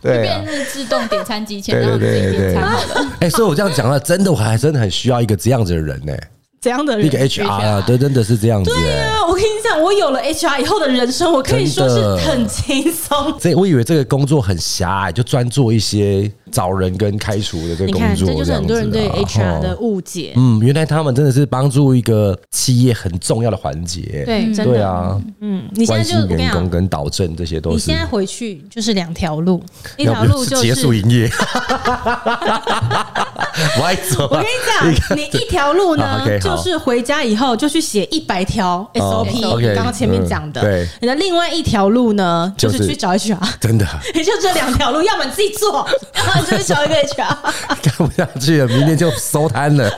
Speaker 2: 对啊
Speaker 3: 变，成自动点餐机前，
Speaker 2: 对
Speaker 3: 然后
Speaker 2: 对
Speaker 3: 自己
Speaker 2: 对
Speaker 3: 点
Speaker 2: 对
Speaker 3: 餐好了。。
Speaker 2: 哎，所以我这样讲了，真的，我还真的很需要一个这样子的人呢，
Speaker 1: 怎样的人？
Speaker 2: 一个 HR 啊，对，真的是这样子哎。
Speaker 1: 啊，我跟你讲，我有了 HR 以后的人生，我可以说
Speaker 2: 真
Speaker 1: 是
Speaker 2: 的
Speaker 1: 很轻松。
Speaker 2: 这我以为这个工作很狭隘，就专做一些找人跟开除的这个
Speaker 1: 你
Speaker 2: 工
Speaker 1: 看，
Speaker 2: 作，
Speaker 1: 这就是很多人对
Speaker 2: 这样子啊
Speaker 1: HR 的
Speaker 2: 哦
Speaker 1: 误解。
Speaker 2: 嗯，原来他们真的是帮助一个企业很重要的环节。
Speaker 1: 对，真
Speaker 2: 对
Speaker 1: 的，
Speaker 2: 啊，
Speaker 1: 嗯，你现在就
Speaker 2: 关心
Speaker 1: 我跟你
Speaker 2: 员工
Speaker 1: 讲，
Speaker 2: 跟导正这些都
Speaker 1: 你
Speaker 2: 是
Speaker 1: 现。在回去就是两条路，一
Speaker 2: 要
Speaker 1: 条
Speaker 2: 不
Speaker 1: 路
Speaker 2: 就
Speaker 1: 就是
Speaker 2: 结束营业， 我还走
Speaker 1: 我
Speaker 2: 啊
Speaker 1: 跟！ 你讲，你一条路
Speaker 2: 啊
Speaker 1: 呢，
Speaker 2: ，OK，
Speaker 1: 就
Speaker 2: 好哦
Speaker 1: 是回家以后就去写一百条 SOP，
Speaker 2: OK，
Speaker 1: 你刚刚前面讲
Speaker 2: 嗯
Speaker 1: 的
Speaker 2: 对。
Speaker 1: 你的另外一条路呢，就
Speaker 2: 就是
Speaker 1: 是去找 HR，
Speaker 2: 真的啊
Speaker 1: 也 就这两条路，要么你自己做， 要么你就是找一个 HR。
Speaker 2: 干不下去了，明天就收摊 了。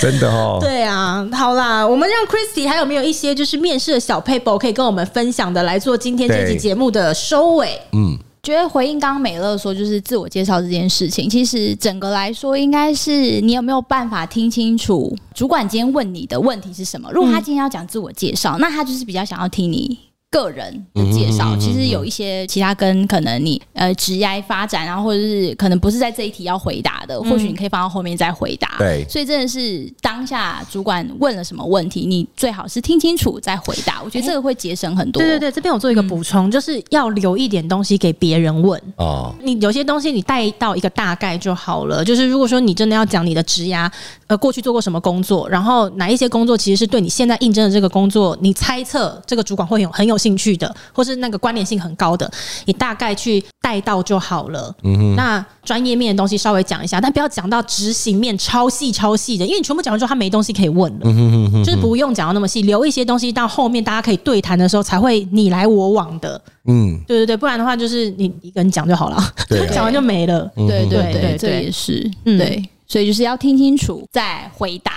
Speaker 2: 真的哦，
Speaker 1: 对啊，好啦，我们让 Christy 还有没有一些就是面试的小 paper 可以跟我们分享的，来做今天这
Speaker 2: 对
Speaker 1: 期节目的收尾？
Speaker 2: 嗯
Speaker 3: 觉得回应刚刚美乐说，就是自我介绍这件事情，其实整个来说，应该是你有没有办法听清楚主管今天问你的问题是什么。如果他今天要讲自我介绍，那他就是比较想要听你。个人的介
Speaker 1: 嗯
Speaker 3: 绍，其实有一些其他跟可能你呃职业发展，然后或者是可能不是在这一题要回答
Speaker 1: 嗯
Speaker 3: 的，或许你可以放到后面再回答。
Speaker 2: 对
Speaker 3: 所以真的是当下主管问了什么问题，你最好是听清楚再回答。我觉得这个会节省很多。
Speaker 1: 哎对对对，这边我做一个补充，就是要留一点东西给别人问。
Speaker 2: 哦，
Speaker 1: 你有些东西你带到一个大概就好了。就是如果说你真的要讲你的职涯，呃，过去做过什么工作，然后哪一些工作其实是对你现在应征的这个工作，你猜测这个主管会有很有兴趣的，或是那个关联性很高的，你大概去带到就好了。嗯那专业面的东西稍微讲一下，但不要讲到执行面超细超细的，因为你全部讲完之后，他没东西可以问
Speaker 2: 嗯
Speaker 1: 了。就是不用讲到那么细，留一些东西到后面大家可以对谈的时候才会你来我往的。
Speaker 2: 嗯，
Speaker 1: 对对对，不然的话就是你一个人讲就好了，
Speaker 2: 对啊
Speaker 3: 嗯
Speaker 1: 讲完就没了。
Speaker 3: 对对
Speaker 1: 对对
Speaker 3: 对，这也是
Speaker 1: 嗯
Speaker 3: 对。所以就是要听清楚再回答。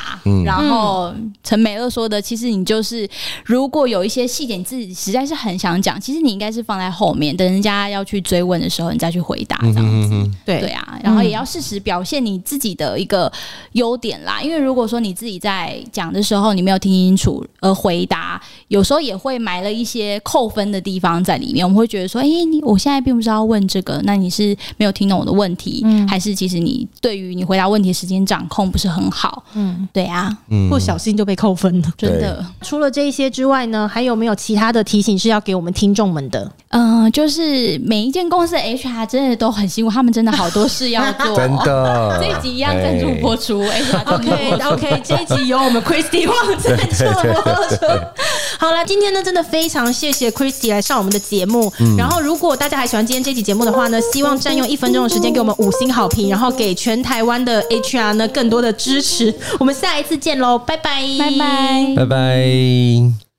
Speaker 3: 然后陈美乐说的，其实你就是如果有一些细节你自己实在是很想讲，其实你应该是放在后面，等人家要去追问的时候，你再去回答
Speaker 2: 嗯
Speaker 3: 这样子。
Speaker 1: 对
Speaker 3: 对啊，然后也要适时表现你自己的一个优点啦。因为如果说你自己在讲的时候你没有听清楚而回答，有时候也会埋了一些扣分的地方在里面。我们会觉得说，哎、你我现在并不是要问这个，那你是没有听懂我的问题，还是其实你对于你回答问题的时间掌控不是很好？嗯，对啊，
Speaker 1: 不小心就被扣分了。
Speaker 3: 真的。
Speaker 1: 除了这一些之外呢，还有没有其他的提醒是要给我们听众们的？
Speaker 3: 嗯、就是每一间公司的 HR 真的都很辛苦，他们真的好多事要 做。
Speaker 2: 真 的。哎
Speaker 3: 这一集一样赞助播出，HR 赞助播
Speaker 1: OK
Speaker 3: 出
Speaker 1: OK，这一集由我们 Christy 旺赞助播出。好了，今天呢真的非常谢谢 Christy 来上我们的节目。然后，如果大家还喜欢今天这期节目的话呢，希望占用一分钟的时间给我们五星好评，然后给全台湾的 HR 呢更多的支持。我们下一次见喽，拜拜，
Speaker 3: 拜拜。
Speaker 2: 拜拜。